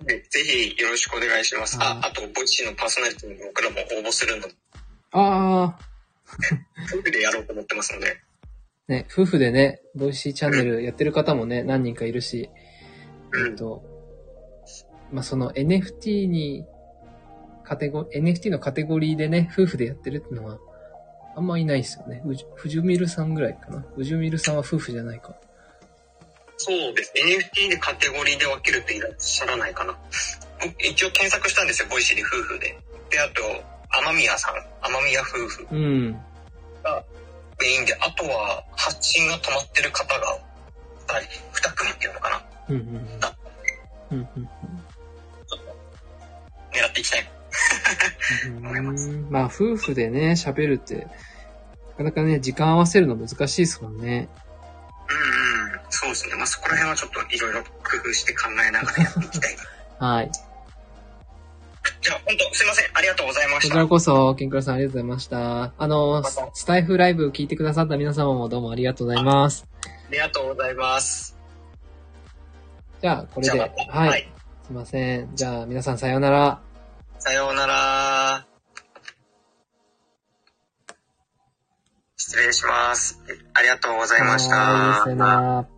[SPEAKER 2] でぜひよろしくお願いします。あ、
[SPEAKER 1] は
[SPEAKER 2] あと、ボイシーのパーソナリティに僕らも応募するので、
[SPEAKER 1] う。ああ、
[SPEAKER 2] 夫婦でやろうと思ってますので、
[SPEAKER 1] ね、夫婦でね、ボイシーチャンネルやってる方もね、何人かいるし、
[SPEAKER 2] う
[SPEAKER 1] えっ
[SPEAKER 2] ん、
[SPEAKER 1] と、まあ、その NFT に、カテゴ、NFT のカテゴリーでね、夫婦でやってるってのは、あんまいないですよね。うじふじゅみるさんぐらいかな。ふじゅみるさんは夫婦じゃないか。
[SPEAKER 2] そうです。NFT でカテゴリーで分けるっていらっしゃらないかな。僕一応検索したんですよ、ボイシーで夫婦で。で、あと、天宮さん、天宮夫婦
[SPEAKER 1] うん。
[SPEAKER 2] メインで、あとは発信が止まってる方が2人、2組っていうのかな。
[SPEAKER 1] うんうんうん。うんうん
[SPEAKER 2] 狙っていきたい。思いま
[SPEAKER 1] うん。まあ、夫婦でね、喋るって、なかなかね、時間合わせるの難しいですもんね。
[SPEAKER 2] うんうん。そうですね。まあ、そこら辺はちょっといろいろ工夫して考えながらやっていきたい。
[SPEAKER 1] はい。
[SPEAKER 2] じゃあ、本当すいません。ありがとうございま
[SPEAKER 1] こ
[SPEAKER 2] し
[SPEAKER 1] ち
[SPEAKER 2] た
[SPEAKER 1] ら。こそ、ケンクラさんありがとうございました。あの、ススタイフライブ聞いてくださった皆様もどうもありがとうございます。
[SPEAKER 2] ありがとうございます。
[SPEAKER 1] じゃあ、これ
[SPEAKER 2] じゃあ
[SPEAKER 1] で、
[SPEAKER 2] また、
[SPEAKER 1] はい。すいません。じゃあ、皆さんさようなら。
[SPEAKER 2] さようなら。失礼します。ありがとうございました。
[SPEAKER 1] はーいさようなら。